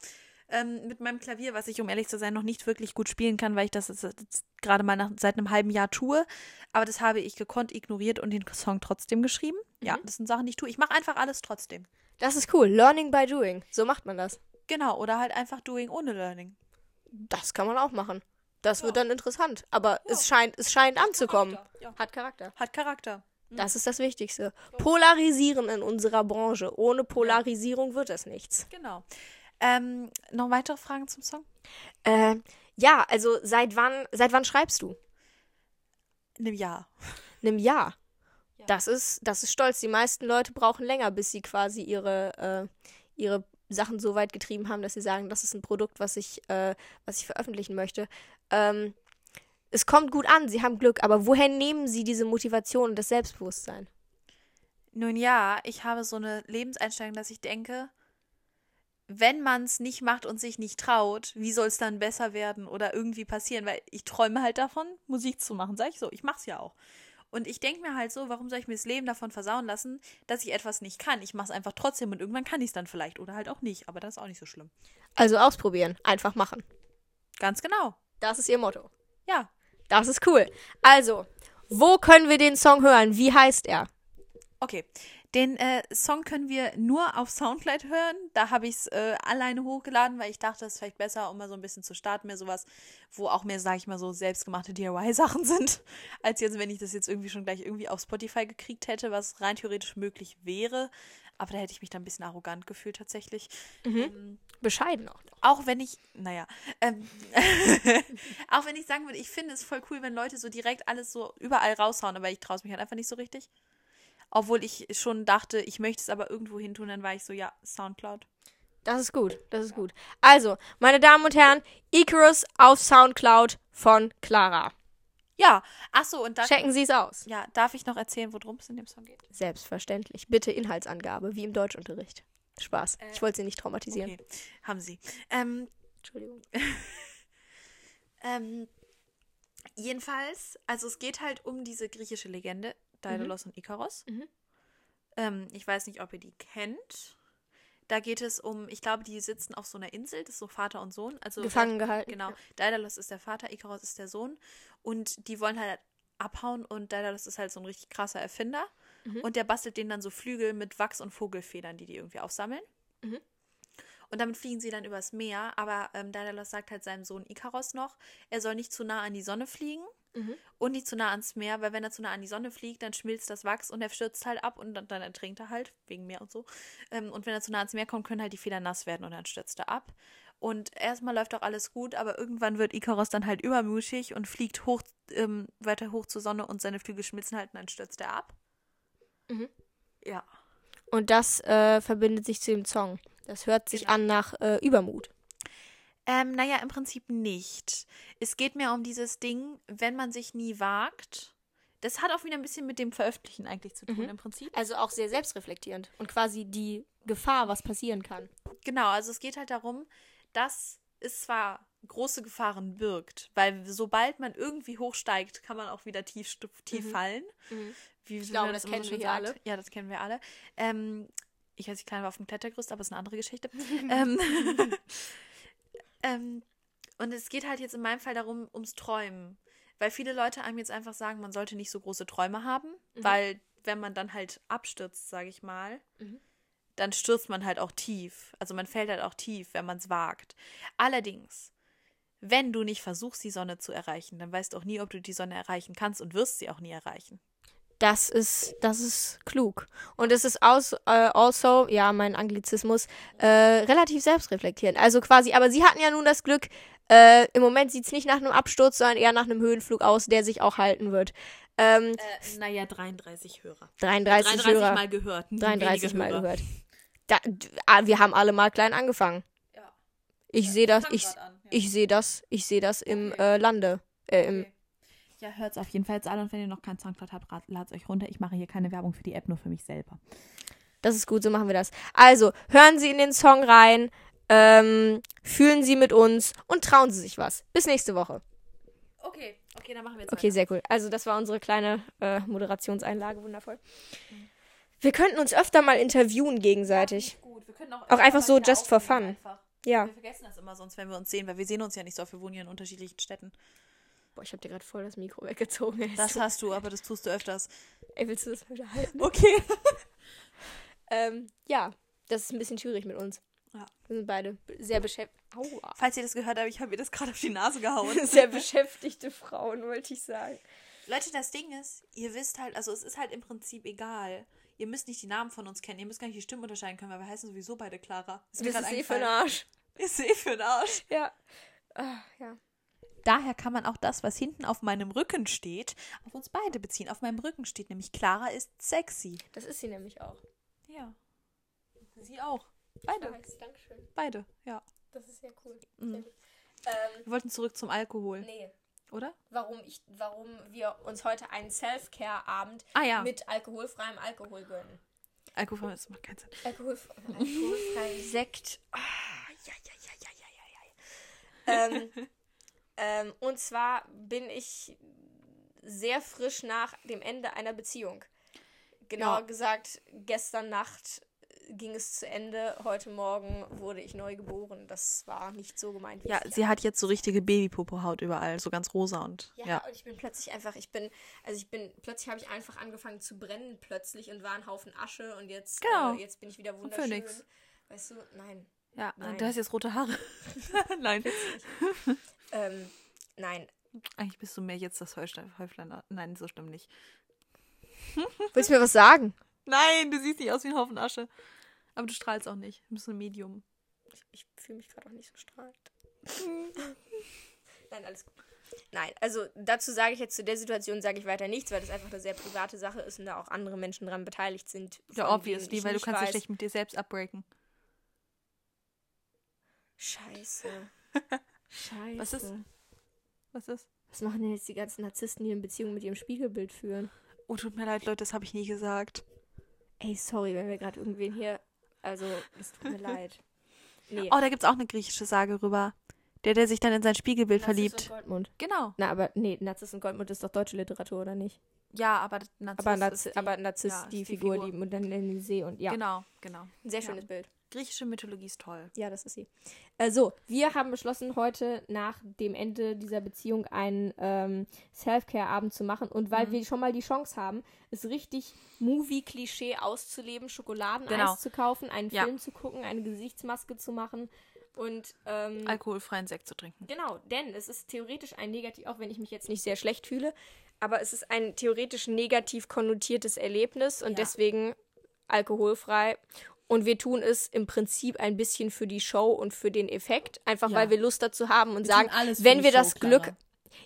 Speaker 1: Ähm, mit meinem Klavier, was ich, um ehrlich zu sein, noch nicht wirklich gut spielen kann, weil ich das jetzt, jetzt gerade mal nach, seit einem halben Jahr tue. Aber das habe ich gekonnt, ignoriert und den Song trotzdem geschrieben. Ja, das sind Sachen, die ich tue. Ich mache einfach alles trotzdem.
Speaker 2: Das ist cool. Learning by doing. So macht man das.
Speaker 1: Genau, oder halt einfach doing ohne learning.
Speaker 2: Das kann man auch machen. Das wird dann interessant. Aber es scheint, es scheint anzukommen.
Speaker 1: Ja.
Speaker 2: Hat Charakter. Mhm.
Speaker 1: Hat Charakter.
Speaker 2: Das ist das Wichtigste. Polarisieren in unserer Branche. Ohne Polarisierung wird das nichts.
Speaker 1: Genau. Ähm, noch weitere Fragen zum Song?
Speaker 2: Äh, ja, also seit wann, seit wann schreibst du?
Speaker 1: In einem Jahr.
Speaker 2: einem Jahr. Das ist, das ist stolz. Die meisten Leute brauchen länger, bis sie quasi ihre, äh, ihre Sachen so weit getrieben haben, dass sie sagen, das ist ein Produkt, was ich, äh, was ich veröffentlichen möchte. Ähm, es kommt gut an, sie haben Glück, aber woher nehmen sie diese Motivation und das Selbstbewusstsein?
Speaker 1: Nun ja, ich habe so eine Lebenseinstellung, dass ich denke, wenn man es nicht macht und sich nicht traut, wie soll es dann besser werden oder irgendwie passieren? Weil ich träume halt davon, Musik zu machen, sag ich so. Ich mach's ja auch. Und ich denke mir halt so, warum soll ich mir das Leben davon versauen lassen, dass ich etwas nicht kann? Ich mach's einfach trotzdem und irgendwann kann ich es dann vielleicht oder halt auch nicht. Aber das ist auch nicht so schlimm.
Speaker 2: Also ausprobieren, einfach machen.
Speaker 1: Ganz genau.
Speaker 2: Das ist ihr Motto.
Speaker 1: Ja.
Speaker 2: Das ist cool. Also, wo können wir den Song hören? Wie heißt er?
Speaker 1: Okay, den äh, Song können wir nur auf Soundcloud hören. Da habe ich es äh, alleine hochgeladen, weil ich dachte, es ist vielleicht besser, um mal so ein bisschen zu starten, mehr sowas, wo auch mehr, sage ich mal, so selbstgemachte DIY-Sachen sind, als jetzt, wenn ich das jetzt irgendwie schon gleich irgendwie auf Spotify gekriegt hätte, was rein theoretisch möglich wäre. Aber da hätte ich mich dann ein bisschen arrogant gefühlt tatsächlich. Ähm,
Speaker 2: Bescheiden auch.
Speaker 1: auch wenn ich, naja, ähm, auch wenn ich sagen würde, ich finde es voll cool, wenn Leute so direkt alles so überall raushauen, aber ich traue es mich halt einfach nicht so richtig. Obwohl ich schon dachte, ich möchte es aber irgendwo hin tun, dann war ich so, ja, Soundcloud.
Speaker 2: Das ist gut, das ist gut. Also, meine Damen und Herren, Icarus auf Soundcloud von Clara.
Speaker 1: Ja, ach so, und da,
Speaker 2: Checken Sie es aus.
Speaker 1: ja, darf ich noch erzählen, worum es in dem Song geht?
Speaker 2: Selbstverständlich. Bitte Inhaltsangabe, wie im Deutschunterricht. Spaß. Ich wollte Sie nicht traumatisieren.
Speaker 1: Okay, haben sie. Ähm,
Speaker 2: Entschuldigung.
Speaker 1: ähm, jedenfalls, also es geht halt um diese griechische Legende, Daedalus und Ikaros.
Speaker 2: Mhm.
Speaker 1: Ähm, ich weiß nicht, ob ihr die kennt. Da geht es um, ich glaube, die sitzen auf so einer Insel, das ist so Vater und Sohn. Also
Speaker 2: Gefangen gehalten.
Speaker 1: Genau. Daedalus ist der Vater, Ikaros ist der Sohn. Und die wollen halt abhauen und Daedalus ist halt so ein richtig krasser Erfinder. Und der bastelt denen dann so Flügel mit Wachs- und Vogelfedern, die die irgendwie aufsammeln. Und damit fliegen sie dann übers Meer. Aber ähm, Daedalus sagt halt seinem Sohn Ikaros noch, er soll nicht zu nah an die Sonne fliegen
Speaker 2: Mhm.
Speaker 1: und nicht zu nah ans Meer, weil wenn er zu nah an die Sonne fliegt, dann schmilzt das Wachs und er stürzt halt ab und dann, dann ertrinkt er halt, wegen Meer und so. Ähm, und wenn er zu nah ans Meer kommt, können halt die Federn nass werden und dann stürzt er ab. Und erstmal läuft auch alles gut, aber irgendwann wird Ikaros dann halt übermütig und fliegt hoch, ähm, weiter hoch zur Sonne und seine Flügel schmilzen halt und dann stürzt er ab.
Speaker 2: Mhm.
Speaker 1: Ja,
Speaker 2: Und das äh, verbindet sich zu dem Song. Das hört sich
Speaker 1: Genau.
Speaker 2: an nach äh, Übermut.
Speaker 1: Ähm, naja, im Prinzip nicht. Es geht mir um dieses Ding, wenn man sich nie wagt. Das hat auch wieder ein bisschen mit dem Veröffentlichen eigentlich zu tun,
Speaker 2: Mhm.
Speaker 1: im Prinzip.
Speaker 2: Also auch sehr selbstreflektierend und quasi die Gefahr, was passieren kann.
Speaker 1: Genau, also es geht halt darum, dass es zwar große Gefahren birgt, weil sobald man irgendwie hochsteigt, kann man auch wieder tief, stu- tief
Speaker 2: Mhm.
Speaker 1: fallen.
Speaker 2: Mhm.
Speaker 1: Wie
Speaker 2: Ich
Speaker 1: man
Speaker 2: glaube, das
Speaker 1: immer so
Speaker 2: kennen
Speaker 1: schön
Speaker 2: wir hier
Speaker 1: sagt.
Speaker 2: alle.
Speaker 1: Ja, das kennen wir alle. Ähm, ich als ich klein war auf dem Klettergerüst, aber es ist eine andere Geschichte. ähm, ähm, und es geht halt jetzt in meinem Fall darum, ums Träumen. Weil viele Leute einem jetzt einfach sagen, man sollte nicht so große Träume haben,
Speaker 2: Mhm.
Speaker 1: weil wenn man dann halt abstürzt, sage ich mal,
Speaker 2: Mhm.
Speaker 1: dann stürzt man halt auch tief. Also man fällt halt auch tief, wenn man es wagt. Allerdings, wenn du nicht versuchst, die Sonne zu erreichen, dann weißt du auch nie, ob du die Sonne erreichen kannst und wirst sie auch nie erreichen.
Speaker 2: Das ist, das ist klug. Und es ist aus, äh, also, ja, mein Anglizismus, äh, relativ selbstreflektierend. Also quasi, aber sie hatten ja nun das Glück, äh, im Moment sieht es nicht nach einem Absturz, sondern eher nach einem Höhenflug aus, der sich auch halten wird. Ähm,
Speaker 1: Äh, naja, 33 Hörer.
Speaker 2: 33,
Speaker 1: 33
Speaker 2: Hörer.
Speaker 1: Mal gehört.
Speaker 2: 33
Speaker 1: wenige
Speaker 2: Mal
Speaker 1: Hörer.
Speaker 2: gehört. Da, d- ah, wir haben alle mal klein angefangen.
Speaker 1: Ja.
Speaker 2: Ich sehe das, ich,
Speaker 1: Fang grad an, ja.
Speaker 2: ich sehe das, ich sehe das im
Speaker 1: Okay.
Speaker 2: äh, Lande. Äh, im,
Speaker 1: Okay.
Speaker 3: Ja, hört es auf jeden Fall jetzt alle und wenn ihr noch kein Soundcloud habt, ladet es euch runter. Ich mache hier keine Werbung für die App, nur für mich selber.
Speaker 2: Das ist gut, so machen wir das. Also, hören Sie in den Song rein, ähm, fühlen Sie mit uns und trauen Sie sich was. Bis nächste Woche.
Speaker 1: Okay, okay, dann machen wir jetzt
Speaker 2: Okay, sehr cool. Also, das war unsere kleine äh, Moderationseinlage. Wundervoll. Wir könnten uns öfter mal interviewen gegenseitig.
Speaker 1: Gut, wir können auch,
Speaker 2: Auch einfach so
Speaker 1: wieder
Speaker 2: just for
Speaker 1: aufnehmen,
Speaker 2: fun.
Speaker 1: einfach.
Speaker 2: Ja.
Speaker 1: Wir vergessen das immer sonst, wenn wir uns sehen, weil wir sehen uns ja nicht so oft. Wir wohnen ja in unterschiedlichen Städten.
Speaker 2: Boah, ich hab dir gerade voll das Mikro weggezogen. Ey,
Speaker 1: Das hast du, aber das tust du öfters.
Speaker 2: ey willst du das mal wieder halten?
Speaker 1: Okay.
Speaker 2: Ähm, ja, das ist ein bisschen schwierig mit uns.
Speaker 1: Ja.
Speaker 2: Wir sind beide b- sehr beschäftigt. Aua.
Speaker 1: Falls ihr das gehört habt, ich habe mir das gerade auf die Nase gehauen.
Speaker 2: Sehr beschäftigte Frauen, wollte ich sagen.
Speaker 1: Leute, das Ding ist, ihr wisst halt, also es ist halt im Prinzip egal. Ihr müsst nicht die Namen von uns kennen, ihr müsst gar nicht die Stimmen unterscheiden können, weil wir heißen sowieso beide Clara. Ist mir
Speaker 2: Das
Speaker 1: gerade
Speaker 2: ist eh für
Speaker 1: eingefallen.
Speaker 2: den Arsch.
Speaker 1: Ist eh für den Arsch.
Speaker 2: Ja. Ah, ja.
Speaker 1: Daher kann man auch das, was hinten auf meinem Rücken steht, auf uns beide beziehen. Auf meinem Rücken steht nämlich Clara ist sexy.
Speaker 2: Das ist sie nämlich auch.
Speaker 1: Ja. Sie auch. Beide.
Speaker 2: Dankeschön.
Speaker 1: Beide, ja.
Speaker 2: Das ist sehr cool.
Speaker 1: Mhm.
Speaker 2: Ähm,
Speaker 1: Wir wollten zurück zum Alkohol,
Speaker 2: nee.
Speaker 1: oder?
Speaker 2: Warum, ich, warum wir uns heute einen Self-Care-Abend
Speaker 1: Ah ja,
Speaker 2: mit alkoholfreiem Alkohol gönnen.
Speaker 1: Alkohol, das macht keinen Sinn.
Speaker 2: Alkoholf alkoholfreien Sekt. Ah, ja, ja, ja, ja, ja, ja, ja. Ähm, ähm, und zwar bin ich sehr frisch nach dem Ende einer Beziehung. Genauer
Speaker 1: Ja.
Speaker 2: gesagt, gestern Nacht äh, ging es zu Ende, heute Morgen wurde ich neu geboren. Das war nicht so gemeint. wie
Speaker 1: Ja,
Speaker 2: es sich
Speaker 1: sie hat jetzt so richtige Babypopo-Haut überall, so ganz rosa und
Speaker 2: Ja,
Speaker 1: ja.
Speaker 2: und ich bin plötzlich einfach, ich bin, also ich bin, plötzlich habe ich einfach angefangen zu brennen, plötzlich und war ein Haufen Asche und jetzt,
Speaker 1: Genau.
Speaker 2: äh, jetzt bin ich wieder
Speaker 1: Ein
Speaker 2: wunderschön.
Speaker 1: Phönix.
Speaker 2: Weißt du, nein.
Speaker 1: Ja,
Speaker 2: Nein.
Speaker 1: du hast jetzt rote Haare. Nein,
Speaker 2: Ähm, nein.
Speaker 1: eigentlich bist du mehr jetzt das Häuflein. Häuflein nein, so stimmt nicht.
Speaker 2: Willst du mir was sagen?
Speaker 1: Nein, du siehst nicht aus wie ein Haufen Asche. Aber du strahlst auch nicht. Du bist so ein Medium.
Speaker 2: Ich, ich fühle mich gerade auch nicht so strahlend. nein, alles gut. Nein, also dazu sage ich jetzt zu der Situation sage ich weiter nichts, weil das einfach eine sehr private Sache ist und da auch andere Menschen dran beteiligt sind.
Speaker 1: Ja,
Speaker 2: von denen
Speaker 1: obviously,
Speaker 2: ich
Speaker 1: weil du
Speaker 2: nicht
Speaker 1: kannst ja
Speaker 2: weiß.
Speaker 1: schlecht mit dir selbst abbreaken.
Speaker 2: Scheiße. Scheiße.
Speaker 1: Was ist- Was ist?
Speaker 2: Was machen denn jetzt die ganzen Narzissten, die in Beziehung mit ihrem Spiegelbild führen?
Speaker 1: Oh, tut mir leid, Leute, das habe ich nie gesagt.
Speaker 2: Ey, sorry, wenn wir gerade irgendwen hier. Also, es tut mir leid. Nee.
Speaker 1: Oh, da gibt's auch eine griechische Sage rüber. Der, der sich dann in sein Spiegelbild verliebt.
Speaker 2: Goldmund.
Speaker 1: Genau.
Speaker 2: Na, aber nee, Narzisst und Goldmund ist doch deutsche Literatur, oder nicht?
Speaker 1: Ja, aber Narzisst
Speaker 2: aber Narziss,
Speaker 1: ist die-
Speaker 2: aber Narzisst
Speaker 1: ja, ist
Speaker 2: die,
Speaker 1: die
Speaker 2: Figur,
Speaker 1: Figur.
Speaker 2: die man dann in den See und ja.
Speaker 1: Genau, genau.
Speaker 2: Ein sehr
Speaker 1: Ja.
Speaker 2: schönes Bild.
Speaker 1: Griechische Mythologie ist toll.
Speaker 2: Ja, das ist sie.
Speaker 4: Äh, so, wir haben beschlossen, heute nach dem Ende dieser Beziehung einen ähm, Self-Care-Abend zu machen. Und
Speaker 1: Mhm.
Speaker 4: weil wir schon mal die Chance haben, es richtig Movie-Klischee auszuleben, Schokoladeneis
Speaker 1: Genau.
Speaker 4: zu kaufen, einen
Speaker 1: Ja.
Speaker 4: Film zu gucken, eine Gesichtsmaske zu machen und ähm,
Speaker 1: Alkoholfreien Sekt zu trinken.
Speaker 4: genau, denn es ist theoretisch ein Negativ, auch wenn ich mich jetzt nicht sehr schlecht
Speaker 2: Schlecht fühle, aber es ist ein theoretisch negativ konnotiertes Erlebnis und
Speaker 1: Ja.
Speaker 2: deswegen alkoholfrei. Und wir tun es im Prinzip ein bisschen für die Show und für den Effekt, einfach
Speaker 1: Ja.
Speaker 2: weil wir Lust dazu haben und
Speaker 1: Wir
Speaker 2: sagen,
Speaker 1: tun alles für
Speaker 2: wenn
Speaker 1: die
Speaker 2: wir
Speaker 1: Show,
Speaker 2: das Glück
Speaker 1: Clara.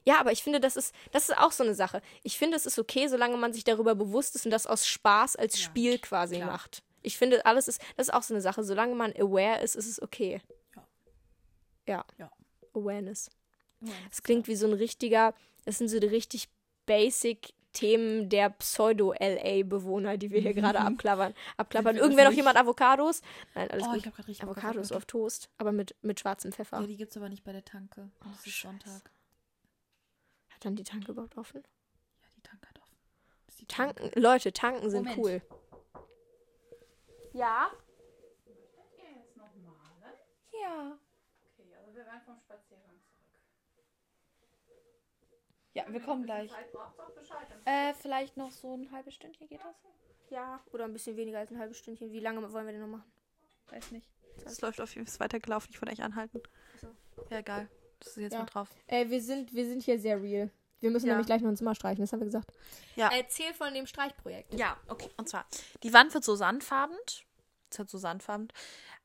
Speaker 2: Ja, aber ich finde, das ist, das ist auch so eine Sache. Ich finde, es ist okay, solange man sich darüber bewusst ist und das aus Spaß als
Speaker 1: Ja,
Speaker 2: Spiel quasi
Speaker 1: klar.
Speaker 2: macht. Ich finde, alles ist, das ist auch so eine Sache. Solange man aware ist, ist es okay.
Speaker 1: Ja.
Speaker 2: Ja.
Speaker 1: Ja.
Speaker 2: Awareness.
Speaker 1: Awareness,
Speaker 2: Es klingt wie so ein richtiger, das sind so die richtig basic Themen der Pseudo-LA-Bewohner, die wir
Speaker 4: Mhm.
Speaker 2: hier gerade abklappern. Abklappern.
Speaker 1: Sind wir das
Speaker 2: Irgendwer noch
Speaker 1: nicht?
Speaker 2: jemand Avocados? Nein, alles
Speaker 1: Oh, ich
Speaker 2: gut.
Speaker 1: habe gerade richtig Bock auf
Speaker 2: Avocados
Speaker 1: Avocado.
Speaker 2: auf Toast, aber mit, mit schwarzem Pfeffer.
Speaker 1: Ja, die gibt's aber nicht bei der Tanke. Und es ist
Speaker 2: Oh, Scheiße.
Speaker 1: Sonntag.
Speaker 2: Hat dann die Tanke überhaupt offen?
Speaker 1: Ja, die Tanke hat offen. Das ist die
Speaker 2: Tanken, Leute, tanken sind
Speaker 1: Moment.
Speaker 2: cool. Ja?
Speaker 1: Ja. Okay, also wir werden vom Spaziergang zurück. Ja, wir kommen gleich. Äh, vielleicht noch so ein halbes Stündchen geht das?
Speaker 2: Ja, oder ein bisschen weniger als ein halbes Stündchen. Wie lange wollen wir denn noch machen?
Speaker 1: Weiß nicht. Es läuft auf jeden Fall weitergelaufen. Ich wollte euch anhalten.
Speaker 2: so.
Speaker 1: Ja, egal. Das ist jetzt
Speaker 4: Ja.
Speaker 1: mal drauf.
Speaker 4: Äh, wir sind, wir sind hier sehr real. Wir müssen
Speaker 1: Ja.
Speaker 4: nämlich gleich noch ein Zimmer streichen, das haben wir gesagt.
Speaker 1: Ja.
Speaker 4: Erzähl von dem Streichprojekt.
Speaker 1: Ja, okay. Und zwar, die Wand wird so sandfarben. Es hat so sandfarben.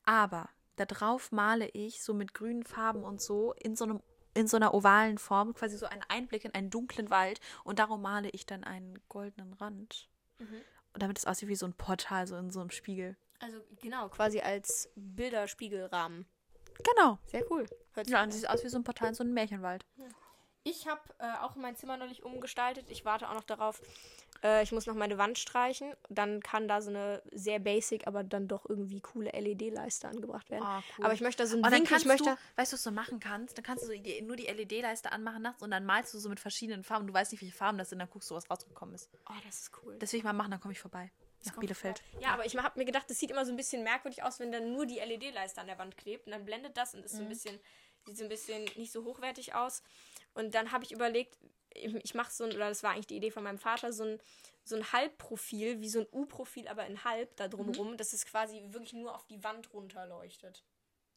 Speaker 1: Aber da drauf male ich so mit grünen Farben und so in so einem in so einer ovalen Form quasi so einen Einblick in einen dunklen Wald und darum male ich dann einen goldenen Rand.
Speaker 2: Mhm.
Speaker 1: Und damit es aussieht wie so ein Portal, so in so einem Spiegel.
Speaker 2: Also genau, quasi als Bilderspiegelrahmen.
Speaker 1: Genau.
Speaker 2: Sehr cool. Hört sich
Speaker 1: Ja, und es sieht aus wie so ein Portal in so einem Märchenwald.
Speaker 2: Ich habe äh, auch mein Zimmer neulich umgestaltet. Ich warte auch noch darauf. Äh, ich muss noch meine Wand streichen. Dann kann da so eine sehr basic, aber dann doch irgendwie coole LED-Leiste angebracht werden.
Speaker 1: Ah, cool.
Speaker 2: Aber ich möchte da so einen
Speaker 1: Und dann
Speaker 2: Winkel.
Speaker 1: kannst
Speaker 2: Ich möchte
Speaker 1: du, weißt du, was du machen kannst? Dann kannst du so die, nur die LED-Leiste anmachen nachts und dann malst du so mit verschiedenen Farben. Du weißt nicht, welche Farben das sind, dann guckst du, was rausgekommen ist.
Speaker 2: oh, das ist cool.
Speaker 1: Das will ich mal machen, dann komme ich vorbei. Nach Bielefeld.
Speaker 2: Ja, aber ich habe mir gedacht, das sieht immer so ein bisschen merkwürdig aus, wenn dann nur die LED-Leiste an der Wand klebt. Und dann blendet das und ist so ein bisschen, sieht so ein bisschen nicht so hochwertig aus. Und dann habe ich überlegt, ich, ich mache so ein, oder das war eigentlich die Idee von meinem Vater, so ein, so ein Halbprofil, wie so ein U-Profil, aber in Halb da drumrum, dass es quasi wirklich nur auf die Wand runterleuchtet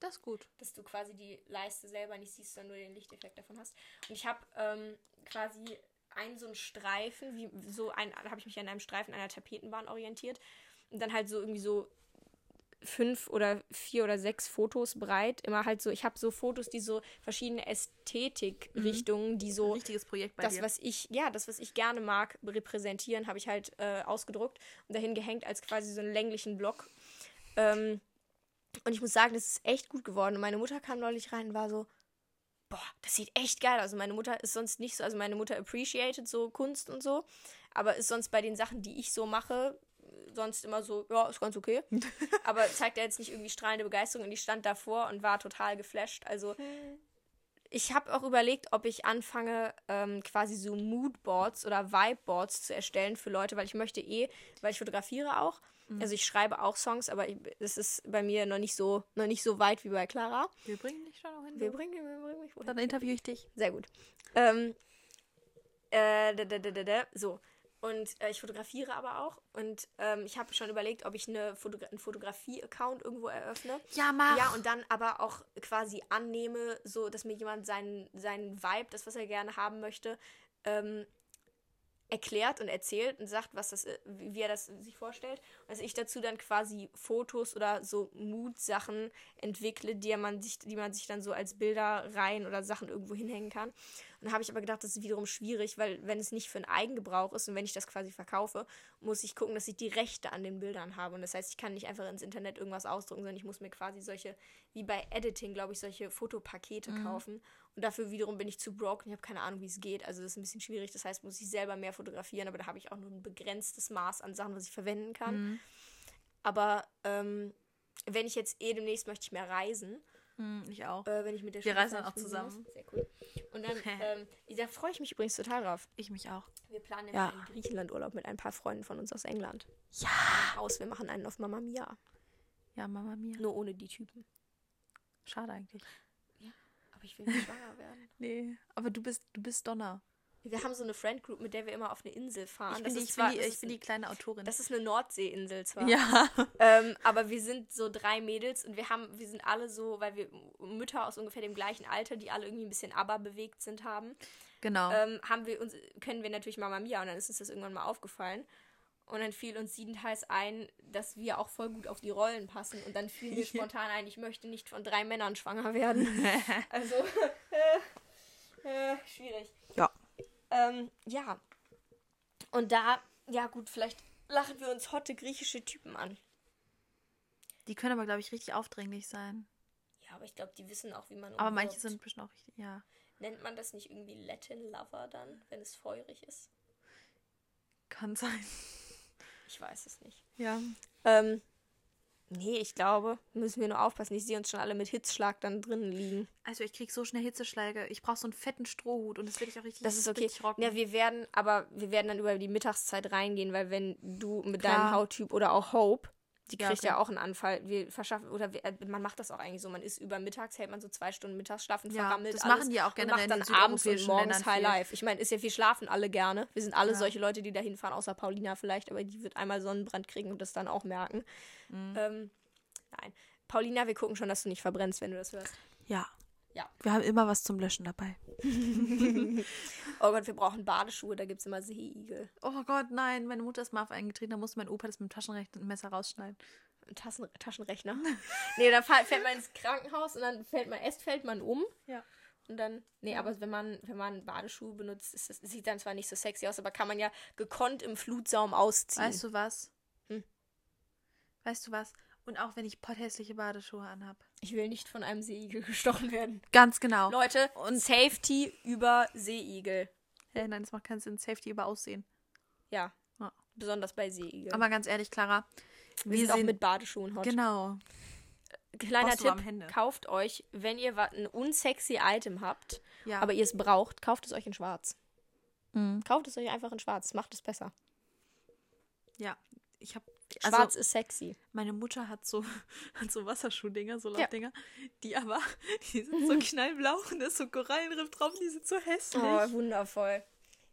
Speaker 1: Das ist gut.
Speaker 2: dass du quasi die Leiste selber nicht siehst, sondern nur den Lichteffekt davon hast. Und ich habe ähm, quasi einen so einen Streifen, wie so ein, habe ich mich an einem Streifen einer Tapetenbahn orientiert und dann halt so irgendwie so fünf oder vier oder sechs Fotos breit. Immer halt so, ich habe so Fotos, die so verschiedene Ästhetikrichtungen, die so
Speaker 1: Richtiges Projekt bei
Speaker 2: das,
Speaker 1: dir.
Speaker 2: was ich, ja, das, was ich gerne mag, repräsentieren, habe ich halt äh, ausgedruckt und dahin gehängt als quasi so einen länglichen Block. Ähm, und ich muss sagen, das ist echt gut geworden. Und meine Mutter kam neulich rein und war so, boah, das sieht echt geil aus. Also meine Mutter ist sonst nicht so, also meine Mutter appreciated so Kunst und so, aber ist sonst bei den Sachen, die ich so mache, sonst immer so, ja, ist ganz okay. aber zeigt er jetzt nicht irgendwie strahlende Begeisterung und ich stand davor und war total geflasht. Also ich habe auch überlegt, ob ich anfange, ähm, quasi so Moodboards oder Vibeboards zu erstellen für Leute, weil ich möchte eh, weil ich fotografiere auch. Also ich schreibe auch Songs, aber ich- es ist bei mir noch nicht so, noch nicht so weit wie bei Clara.
Speaker 1: wir bringen dich schon noch hin.
Speaker 2: Wir bringen, wir bringen mich wohin.
Speaker 1: dann interviewe ich dich.
Speaker 2: Sehr gut. Ähm, äh, da, da, da, da, da, so. Und äh, ich fotografiere aber auch. Und ähm, ich habe schon überlegt, ob ich eine Fotogra einen Fotografie-Account irgendwo eröffne.
Speaker 1: Ja, mach.
Speaker 2: Ja, und dann aber auch quasi annehme, so dass mir jemand seinen, seinen Vibe, das, was er gerne haben möchte, ähm, erklärt und erzählt und sagt, was das, i- wie wie er das sich vorstellt. Und dass ich dazu dann quasi Fotos oder so Mutsachen entwickle, die ja man sich, die man sich dann so als Bilder rein oder Sachen irgendwo hinhängen kann. Und da habe ich aber gedacht, das ist wiederum schwierig, weil wenn es nicht für den Eigengebrauch ist und wenn ich das quasi verkaufe, muss ich gucken, dass ich die Rechte an den Bildern habe. Und das heißt, ich kann nicht einfach ins Internet irgendwas ausdrucken, sondern ich muss mir quasi solche, wie bei Editing, glaube ich, solche Fotopakete
Speaker 1: Mhm.
Speaker 2: kaufen. Und dafür wiederum bin ich zu broken. Ich habe keine Ahnung, wie es geht. Also das ist ein bisschen schwierig. Das heißt, muss ich selber mehr fotografieren, aber da habe ich auch nur ein begrenztes Maß an Sachen, was ich verwenden
Speaker 1: Mhm.
Speaker 2: kann.
Speaker 1: Hm,
Speaker 2: Aber ähm, wenn ich jetzt eh demnächst möchte ich mehr reisen,
Speaker 1: Hm, ich auch.
Speaker 2: äh, wenn ich mit der
Speaker 1: Wir
Speaker 2: Schule
Speaker 1: reisen dann auch
Speaker 2: fliegen muss.
Speaker 1: zusammen.
Speaker 2: Sehr cool. Und dann, ähm, da freue ich mich übrigens total drauf.
Speaker 1: Ich mich auch.
Speaker 2: Wir planen
Speaker 1: Ja.
Speaker 2: ja. einen Griechenlandurlaub mit ein paar Freunden von uns aus England.
Speaker 1: Ja.
Speaker 2: Aus, wir machen einen auf Mama Mia.
Speaker 1: Ja, Mama mia.
Speaker 2: Nur ohne die Typen.
Speaker 1: Schade eigentlich.
Speaker 2: Aber ich will nicht schwanger werden.
Speaker 1: Nee. Aber du bist, du bist Donner.
Speaker 2: Wir haben so eine Friend Group, mit der wir immer auf eine Insel fahren.
Speaker 1: Ich bin, die, ich, bin die,
Speaker 2: das
Speaker 1: ich
Speaker 2: ist-
Speaker 1: bin die kleine Autorin.
Speaker 2: das ist eine Nordseeinsel zwar.
Speaker 1: ja.
Speaker 2: Ähm, aber wir sind so drei Mädels und wir haben, wir sind alle so, weil wir Mütter aus ungefähr dem gleichen Alter, die alle irgendwie ein bisschen aber bewegt sind haben,
Speaker 1: Genau.
Speaker 2: ähm, haben wir uns, können wir natürlich Mama Mia und dann ist uns das irgendwann mal aufgefallen. Und dann fiel uns siebenteils ein, dass wir auch voll gut auf die Rollen passen. Und dann fiel mir spontan ein, ich möchte nicht von drei Männern schwanger werden. Also, äh, äh, schwierig.
Speaker 1: Ja.
Speaker 2: Ähm, ja. Und da, ja gut, vielleicht lachen wir uns hotte griechische Typen an.
Speaker 1: Die können aber, glaube ich, richtig aufdringlich sein.
Speaker 2: Ja, aber ich glaube, die wissen auch, wie man
Speaker 1: Aber
Speaker 2: umwirbt.
Speaker 1: manche sind bestimmt auch richtig. Ja.
Speaker 2: Nennt man das nicht irgendwie Latin Lover dann, wenn es feurig ist?
Speaker 1: Kann sein.
Speaker 2: Ich weiß es nicht.
Speaker 1: Ja.
Speaker 2: Ähm, nee, ich glaube, müssen wir nur aufpassen. Ich sehe uns schon alle mit Hitzschlag dann drinnen liegen.
Speaker 1: Also ich krieg so schnell Hitzeschläge. Ich brauche so einen fetten Strohhut und das will ich auch richtig.
Speaker 2: Das ist okay.
Speaker 1: richtig rocken.
Speaker 2: Ja, wir werden, aber wir werden dann über die Mittagszeit reingehen, weil wenn du mit
Speaker 1: Klar.
Speaker 2: deinem Hauttyp oder auch Hope, die
Speaker 1: Ja,
Speaker 2: kriegt ja
Speaker 1: okay.
Speaker 2: auch einen Anfall. Wir verschaffen, oder wir, äh, man macht das auch eigentlich so. Man ist über mittags, hält man so zwei Stunden Mittagsschlaf und
Speaker 1: Ja,
Speaker 2: verrammelt
Speaker 1: das
Speaker 2: alles
Speaker 1: machen die auch
Speaker 2: und
Speaker 1: generell in
Speaker 2: macht dann
Speaker 1: den
Speaker 2: abends und
Speaker 1: südeuropäischen
Speaker 2: morgens
Speaker 1: Ländern
Speaker 2: High
Speaker 1: viel.
Speaker 2: Life. Ich meine, ist ja, wir schlafen alle gerne. Wir sind alle
Speaker 1: Ja.
Speaker 2: solche Leute, die da hinfahren, außer Paulina vielleicht, aber die wird einmal Sonnenbrand kriegen und das dann auch merken.
Speaker 1: Mhm.
Speaker 2: Ähm, nein. Paulina, wir gucken schon, dass du nicht verbrennst, wenn du das hörst.
Speaker 1: ja.
Speaker 2: Ja.
Speaker 1: Wir haben immer was zum Löschen dabei.
Speaker 2: Oh Gott, wir brauchen Badeschuhe, da gibt es immer Seeigel.
Speaker 1: Oh Gott, nein, meine Mutter ist mal auf eingetreten, da musste mein Opa das mit dem Taschenmesser rausschneiden.
Speaker 2: Tassen, Taschenrechner. nee, dann fahr- fährt man ins Krankenhaus und dann fällt man, erst fällt man um.
Speaker 1: Ja.
Speaker 2: Und dann, nee, aber wenn man, wenn man Badeschuhe benutzt, ist das, sieht dann zwar nicht so sexy aus, aber kann man ja gekonnt im Flutsaum ausziehen.
Speaker 1: Weißt du was?
Speaker 2: Hm.
Speaker 1: Weißt du was? Und auch wenn ich potthässliche Badeschuhe anhab.
Speaker 4: Ich will nicht von einem Seeigel gestochen werden.
Speaker 1: Ganz genau.
Speaker 2: Leute, und Safety über Seeigel.
Speaker 1: Hey, Äh, nein, das macht keinen Sinn. Safety über Aussehen.
Speaker 2: Ja.
Speaker 1: Ja.
Speaker 2: Besonders bei Seeigeln.
Speaker 1: Aber ganz ehrlich, Clara,
Speaker 2: wir, sind auch mit Badeschuhen hot.
Speaker 1: Genau.
Speaker 2: Kleiner
Speaker 1: Brauchst du am Hände.
Speaker 2: Tipp, kauft euch, wenn ihr wa- ein unsexy Item habt,
Speaker 1: Ja.
Speaker 2: aber ihr es braucht, kauft es euch in schwarz.
Speaker 3: Mhm.
Speaker 2: Kauft es euch einfach in schwarz, macht es besser.
Speaker 1: ja. Ich habe
Speaker 2: Schwarz
Speaker 1: also
Speaker 2: ist sexy.
Speaker 1: meine Mutter hat so hat so Wasserschuhdinger, so
Speaker 2: Ja.
Speaker 1: Laufdinger, die aber die sind so knallblau und da ist so Korallenriff drauf, und die sind so hässlich.
Speaker 2: Oh, wundervoll.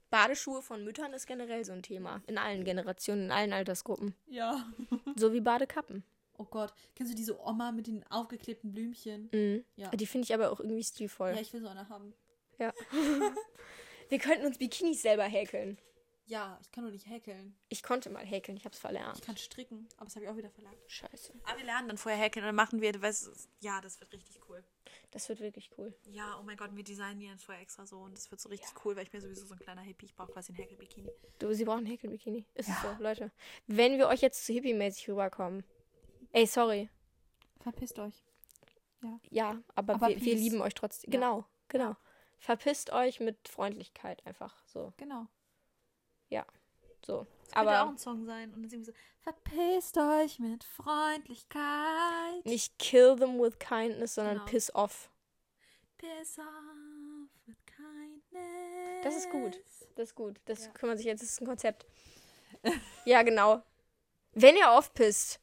Speaker 2: Badeschuhe von Müttern ist generell so ein Thema. In allen Generationen, in allen Altersgruppen.
Speaker 3: Ja.
Speaker 2: So wie Badekappen.
Speaker 3: Oh Gott, kennst du diese Oma mit den aufgeklebten Blümchen?
Speaker 2: Mhm.
Speaker 3: Ja.
Speaker 2: Die finde ich aber auch irgendwie stilvoll.
Speaker 3: Ja, ich will so eine haben.
Speaker 2: Wir könnten uns Bikinis selber häkeln.
Speaker 3: Ja, ich kann nur nicht häkeln.
Speaker 2: Ich konnte mal häkeln, ich hab's verlernt.
Speaker 3: Ich kann stricken, aber das habe ich auch wieder verlangt.
Speaker 2: Scheiße.
Speaker 1: Aber Ah, wir lernen dann vorher häkeln und dann machen wir, weißt, du, ja, das wird richtig cool.
Speaker 2: Das wird wirklich cool.
Speaker 1: Ja, oh mein Gott, wir designen die dann vorher extra so und das wird so richtig cool, weil ich bin sowieso so ein kleiner Hippie, ich brauche quasi ein Häkelbikini.
Speaker 2: Du, sie brauchen Häkelbikini. Ist so, Leute. Wenn wir euch jetzt zu hippie-mäßig rüberkommen. Ey, sorry.
Speaker 3: Verpisst euch.
Speaker 2: Ja, aber,
Speaker 3: Aber
Speaker 2: wir, wir
Speaker 3: peace.
Speaker 2: lieben euch trotzdem.
Speaker 3: Ja.
Speaker 2: Genau, genau. Verpisst euch mit Freundlichkeit einfach. So,
Speaker 3: Genau.
Speaker 2: so.
Speaker 1: Könnte auch
Speaker 2: Aber
Speaker 1: ein Song sein und dann singen wir so,
Speaker 3: Verpisst euch mit Freundlichkeit.
Speaker 2: nicht kill them with kindness, sondern
Speaker 1: Genau.
Speaker 2: piss off.
Speaker 1: Piss off with kindness.
Speaker 2: Das ist gut. Das ist gut. Das
Speaker 1: Ja.
Speaker 2: kann man sich jetzt, das ist ein Konzept. ja, genau. Wenn ihr aufpisst.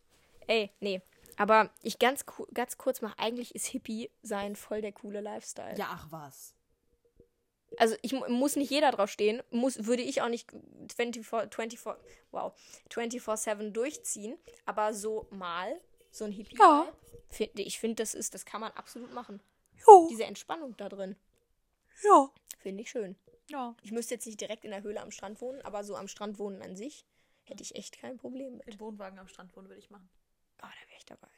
Speaker 2: Ey, nee. Aber ich ganz, ku- ganz kurz mal, eigentlich ist Hippie sein voll der coole Lifestyle.
Speaker 3: Ja, ach was.
Speaker 2: Also ich mu- muss nicht jeder drauf stehen, muss, würde ich auch nicht 24, 24, wow, 24-7 durchziehen, aber so mal, so ein Hippie.
Speaker 3: Ja.
Speaker 2: Find, ich finde, das ist, das kann man absolut machen.
Speaker 3: Jo,
Speaker 2: Diese Entspannung da drin,
Speaker 3: ja.
Speaker 2: finde ich schön.
Speaker 3: Ja.
Speaker 2: Ich müsste jetzt nicht direkt in der Höhle am Strand wohnen, aber so am Strand wohnen an sich hätte ich echt kein Problem mit.
Speaker 1: Im Wohnwagen am Strand wohnen würde ich machen.
Speaker 2: Oh, da wäre ich dabei.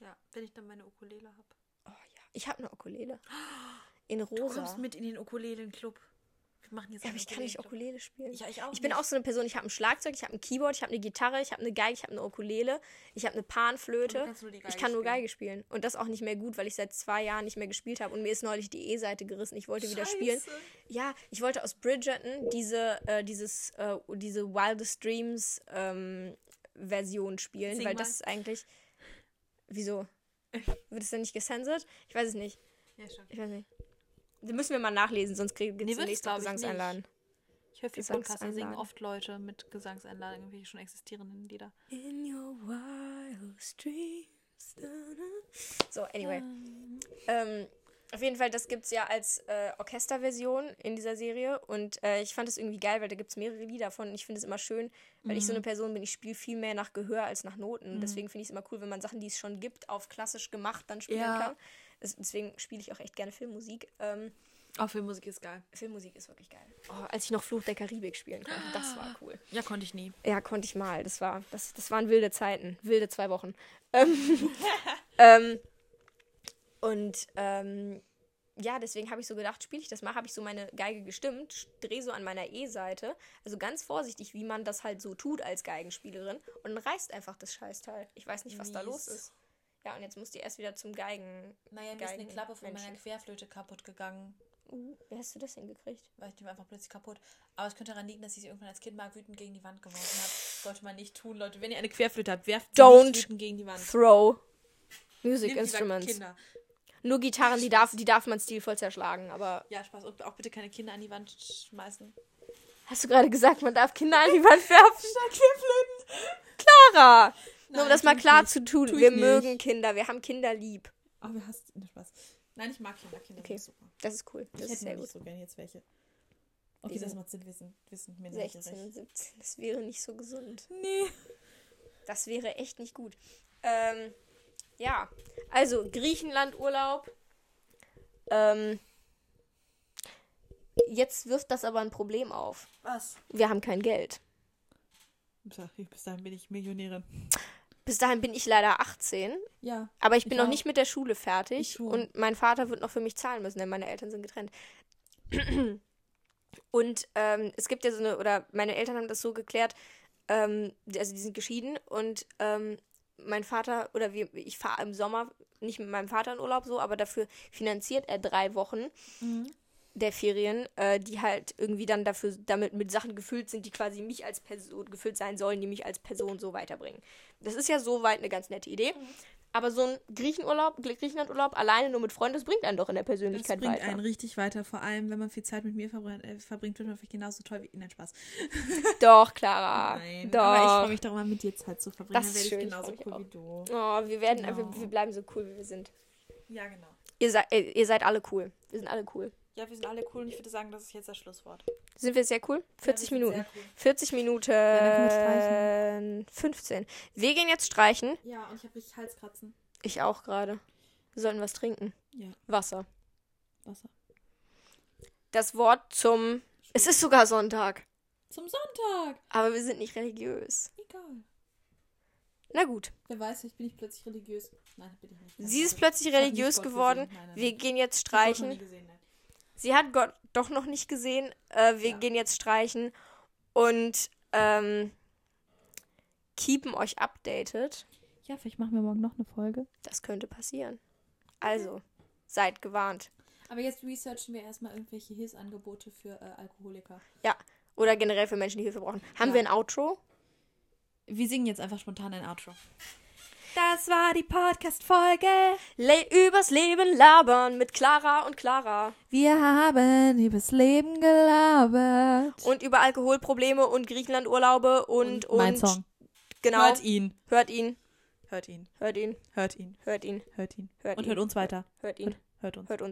Speaker 1: Ja, wenn ich dann meine Ukulele habe.
Speaker 2: Oh ja, ich habe eine Ukulele. In
Speaker 1: Du
Speaker 2: rosa.
Speaker 1: kommst mit in den Ukulelenclub. Wir machen jetzt
Speaker 2: ja, aber
Speaker 1: einen
Speaker 2: ich kann nicht
Speaker 1: Ukulelenclub.
Speaker 2: Ukulele spielen.
Speaker 1: Ja, ich auch.
Speaker 2: Ich bin
Speaker 1: nicht.
Speaker 2: auch so eine Person, ich habe ein Schlagzeug, ich habe ein Keyboard, ich habe eine Gitarre, ich habe eine Geige, ich habe eine Ukulele, ich habe eine
Speaker 1: Und du
Speaker 2: Panflöte.
Speaker 1: kannst nur die
Speaker 2: Ich kann nur
Speaker 1: spielen.
Speaker 2: Geige spielen. Und das auch nicht mehr gut, weil ich seit zwei Jahren nicht mehr gespielt habe. Und mir ist neulich die E-Seite gerissen. Ich wollte wieder spielen.
Speaker 1: Scheiße.
Speaker 2: Ja, ich wollte aus Bridgerton diese, äh, dieses, äh, diese Wildest Dreams ähm, Version spielen,
Speaker 1: Sing
Speaker 2: weil
Speaker 1: mal.
Speaker 2: das ist eigentlich. Wieso? Wird es denn nicht gesendet? Ich weiß es nicht.
Speaker 1: Ja, schon.
Speaker 2: Ich weiß nicht. Da müssen wir mal nachlesen, sonst kriegen wir
Speaker 1: Nee,
Speaker 2: nee,
Speaker 1: wird's,
Speaker 2: nächsten
Speaker 1: glaub ich,
Speaker 2: Gesangseinladen.
Speaker 1: Ich höre viel
Speaker 2: Gesangseinlagen.
Speaker 1: Podcasts, da singen oft Leute mit Gesangseinlagen irgendwelche schon existierenden Lieder.
Speaker 2: In your wildest dreams. da, da. So, anyway. Ähm, auf jeden Fall, das gibt es ja als äh, Orchesterversion in dieser Serie. Und äh, ich fand es irgendwie geil, weil da gibt es mehrere Lieder von. Und ich finde es immer schön, weil ich so eine Person bin, ich spiele viel mehr nach Gehör als nach Noten. Und Deswegen finde ich es immer cool, wenn man Sachen, die es schon gibt, auf klassisch gemacht dann spielen
Speaker 1: Ja.
Speaker 2: kann. Es, deswegen spiele ich auch echt gerne Filmmusik. Ähm,
Speaker 1: Oh, Filmmusik ist geil.
Speaker 2: Filmmusik ist wirklich geil. Oh, als ich noch Fluch der Karibik spielen konnte, das war cool.
Speaker 1: Ja, konnte ich nie.
Speaker 2: Ja, konnte ich mal. Das, war, das, das waren wilde Zeiten. Wilde zwei Wochen. Ähm, ähm, und ähm, ja, deswegen habe ich so gedacht, spiele ich das mal. Habe ich so meine Geige gestimmt, drehe so an meiner E-Seite. Also ganz vorsichtig, wie man das halt so tut als Geigenspielerin. Und dann reißt einfach das Scheißteil. Ich weiß nicht, was da
Speaker 1: Mies.
Speaker 2: los ist. Ja, und jetzt muss die erst wieder zum Geigen.
Speaker 1: Naja, mir ist eine
Speaker 2: Geigen-
Speaker 1: Klappe von meiner
Speaker 2: Menschen.
Speaker 1: Querflöte kaputt gegangen.
Speaker 2: Uh, wie hast du das hingekriegt?
Speaker 1: Weil ich die war einfach plötzlich kaputt. Aber es könnte daran liegen, dass ich sie irgendwann als Kind mal wütend gegen die Wand geworfen habe. Sollte man nicht tun, Leute. Wenn ihr eine Querflöte habt, werft sie
Speaker 2: Don't
Speaker 1: nicht wütend gegen die Wand.
Speaker 2: Throw.
Speaker 1: Nehmt
Speaker 2: Music
Speaker 1: die weg,
Speaker 2: Instruments.
Speaker 1: Kinder.
Speaker 2: Nur Gitarren, die darf, die darf man stilvoll zerschlagen, aber
Speaker 1: Ja, Spaß. Und auch bitte keine Kinder an die Wand schmeißen.
Speaker 2: Hast du gerade gesagt, man darf Kinder an die Wand werfen? Clara! Nur
Speaker 1: Nein,
Speaker 2: um das mal
Speaker 1: tu ich
Speaker 2: klar
Speaker 1: nicht.
Speaker 2: zu tun.
Speaker 3: Tu ich
Speaker 2: wir
Speaker 3: nicht.
Speaker 2: mögen Kinder, wir haben Kinder lieb.
Speaker 1: Aber wir hast ne, Spaß. Nein, ich mag Kinder. Kinder
Speaker 2: Okay.
Speaker 1: sind super.
Speaker 2: Das ist cool. Das
Speaker 1: ich
Speaker 2: ist
Speaker 1: hätte
Speaker 2: sehr
Speaker 1: nämlich
Speaker 2: gut.
Speaker 1: so gerne jetzt welche.
Speaker 2: Die
Speaker 1: Okay, das
Speaker 2: sind-
Speaker 1: macht Sinn. Wir sind, wir sind minderjährig.
Speaker 2: 16, 17. Das wäre nicht so gesund.
Speaker 1: Nee.
Speaker 2: Das wäre echt nicht gut. Ähm, ja. Also, Griechenland-Urlaub. Ähm, jetzt wirft das aber ein Problem auf.
Speaker 1: Was?
Speaker 2: Wir haben kein Geld.
Speaker 1: Tja, Bis dahin bin ich Millionärin.
Speaker 2: Bis dahin bin ich leider 18.
Speaker 3: Ja.
Speaker 2: Aber ich bin
Speaker 3: Ich
Speaker 2: noch
Speaker 3: auch.
Speaker 2: nicht mit der Schule
Speaker 3: Ich
Speaker 2: fertig
Speaker 3: schon.
Speaker 2: und mein Vater wird noch für mich zahlen müssen, denn meine Eltern sind getrennt. Und ähm, es gibt ja so eine, oder meine Eltern haben das so geklärt, ähm, die- also die sind geschieden und ähm, mein Vater, oder wir, ich fahre im Sommer nicht mit meinem Vater in Urlaub so, aber dafür finanziert er drei Wochen
Speaker 1: Mhm.
Speaker 2: der Ferien, äh, die halt irgendwie dann dafür, damit mit Sachen gefüllt sind, die quasi mich als Person gefüllt sein sollen, die mich als Person so weiterbringen. Das ist ja soweit eine ganz nette Idee.
Speaker 1: Mhm.
Speaker 2: Aber so ein Griechenurlaub, Griechenlandurlaub alleine nur mit Freunden, das bringt einen doch in der
Speaker 1: Das
Speaker 2: Persönlichkeit
Speaker 1: bringt
Speaker 2: weiter.
Speaker 1: einen richtig weiter, vor allem wenn man viel Zeit mit mir verbrennt, äh, verbringt, wird man vielleicht genauso toll wie Nein, Spaß.
Speaker 2: Doch, Clara. doch.
Speaker 1: Aber ich freue mich darüber, mit dir Zeit zu verbringen.
Speaker 2: Das
Speaker 1: Dann werde
Speaker 2: ist
Speaker 1: ich
Speaker 2: schön, ich
Speaker 1: genauso
Speaker 2: freu
Speaker 1: cool
Speaker 2: mich
Speaker 1: wie du.
Speaker 2: Oh, wir werden,
Speaker 1: Genau.
Speaker 2: wir, wir bleiben so cool, wie wir sind.
Speaker 1: Ja, genau.
Speaker 2: Ihr, sei, äh, ihr seid alle cool. Wir sind alle cool.
Speaker 1: Ja, wir sind alle cool und ich würde sagen, das ist jetzt das Schlusswort.
Speaker 2: Sind wir sehr cool? 40
Speaker 1: wir sind
Speaker 2: Minuten.
Speaker 1: sehr cool.
Speaker 2: 40 Minuten.
Speaker 3: wir
Speaker 2: äh, 15. Wir gehen jetzt streichen.
Speaker 1: Ja, und ich habe richtig Halskratzen.
Speaker 2: Ich auch gerade. Wir sollten was trinken.
Speaker 1: Ja.
Speaker 2: Wasser.
Speaker 1: Wasser.
Speaker 2: Das Wort zum. Es ist sogar Sonntag.
Speaker 1: Zum Sonntag.
Speaker 2: Aber wir sind nicht religiös.
Speaker 1: Egal.
Speaker 2: Na gut.
Speaker 1: Wer weiß, vielleicht bin ich plötzlich religiös. Nein, bin ich nicht.
Speaker 2: Sie ist plötzlich religiös geworden. Wir gehen jetzt streichen.
Speaker 1: ne?
Speaker 2: Sie hat Gott doch noch nicht gesehen. Äh, wir
Speaker 1: Ja.
Speaker 2: gehen jetzt streichen und ähm, keepen euch updated.
Speaker 3: Ja, vielleicht machen wir morgen noch eine Folge.
Speaker 2: Das könnte passieren. Also, seid gewarnt.
Speaker 1: Aber jetzt researchen wir erstmal irgendwelche Hilfsangebote für äh, Alkoholiker.
Speaker 2: Oder generell für Menschen, die Hilfe brauchen. Haben
Speaker 1: Ja.
Speaker 2: wir ein Outro?
Speaker 1: Wir singen jetzt einfach spontan ein Outro.
Speaker 3: Das war die Podcast-Folge.
Speaker 2: Le übers Leben labern mit Clara und Clara.
Speaker 3: Wir haben übers Leben gelabert.
Speaker 2: Und über Alkoholprobleme und Griechenlandurlaube und. und
Speaker 3: mein Song.
Speaker 2: Genau.
Speaker 1: Hört ihn.
Speaker 2: Hört ihn.
Speaker 1: Hört ihn.
Speaker 2: Hört ihn.
Speaker 1: Hört ihn.
Speaker 2: Hört ihn.
Speaker 1: Hört ihn.
Speaker 2: Hört
Speaker 1: Und
Speaker 2: ihn.
Speaker 1: hört uns weiter.
Speaker 2: Hört ihn.
Speaker 1: Hört uns.
Speaker 2: Hört uns.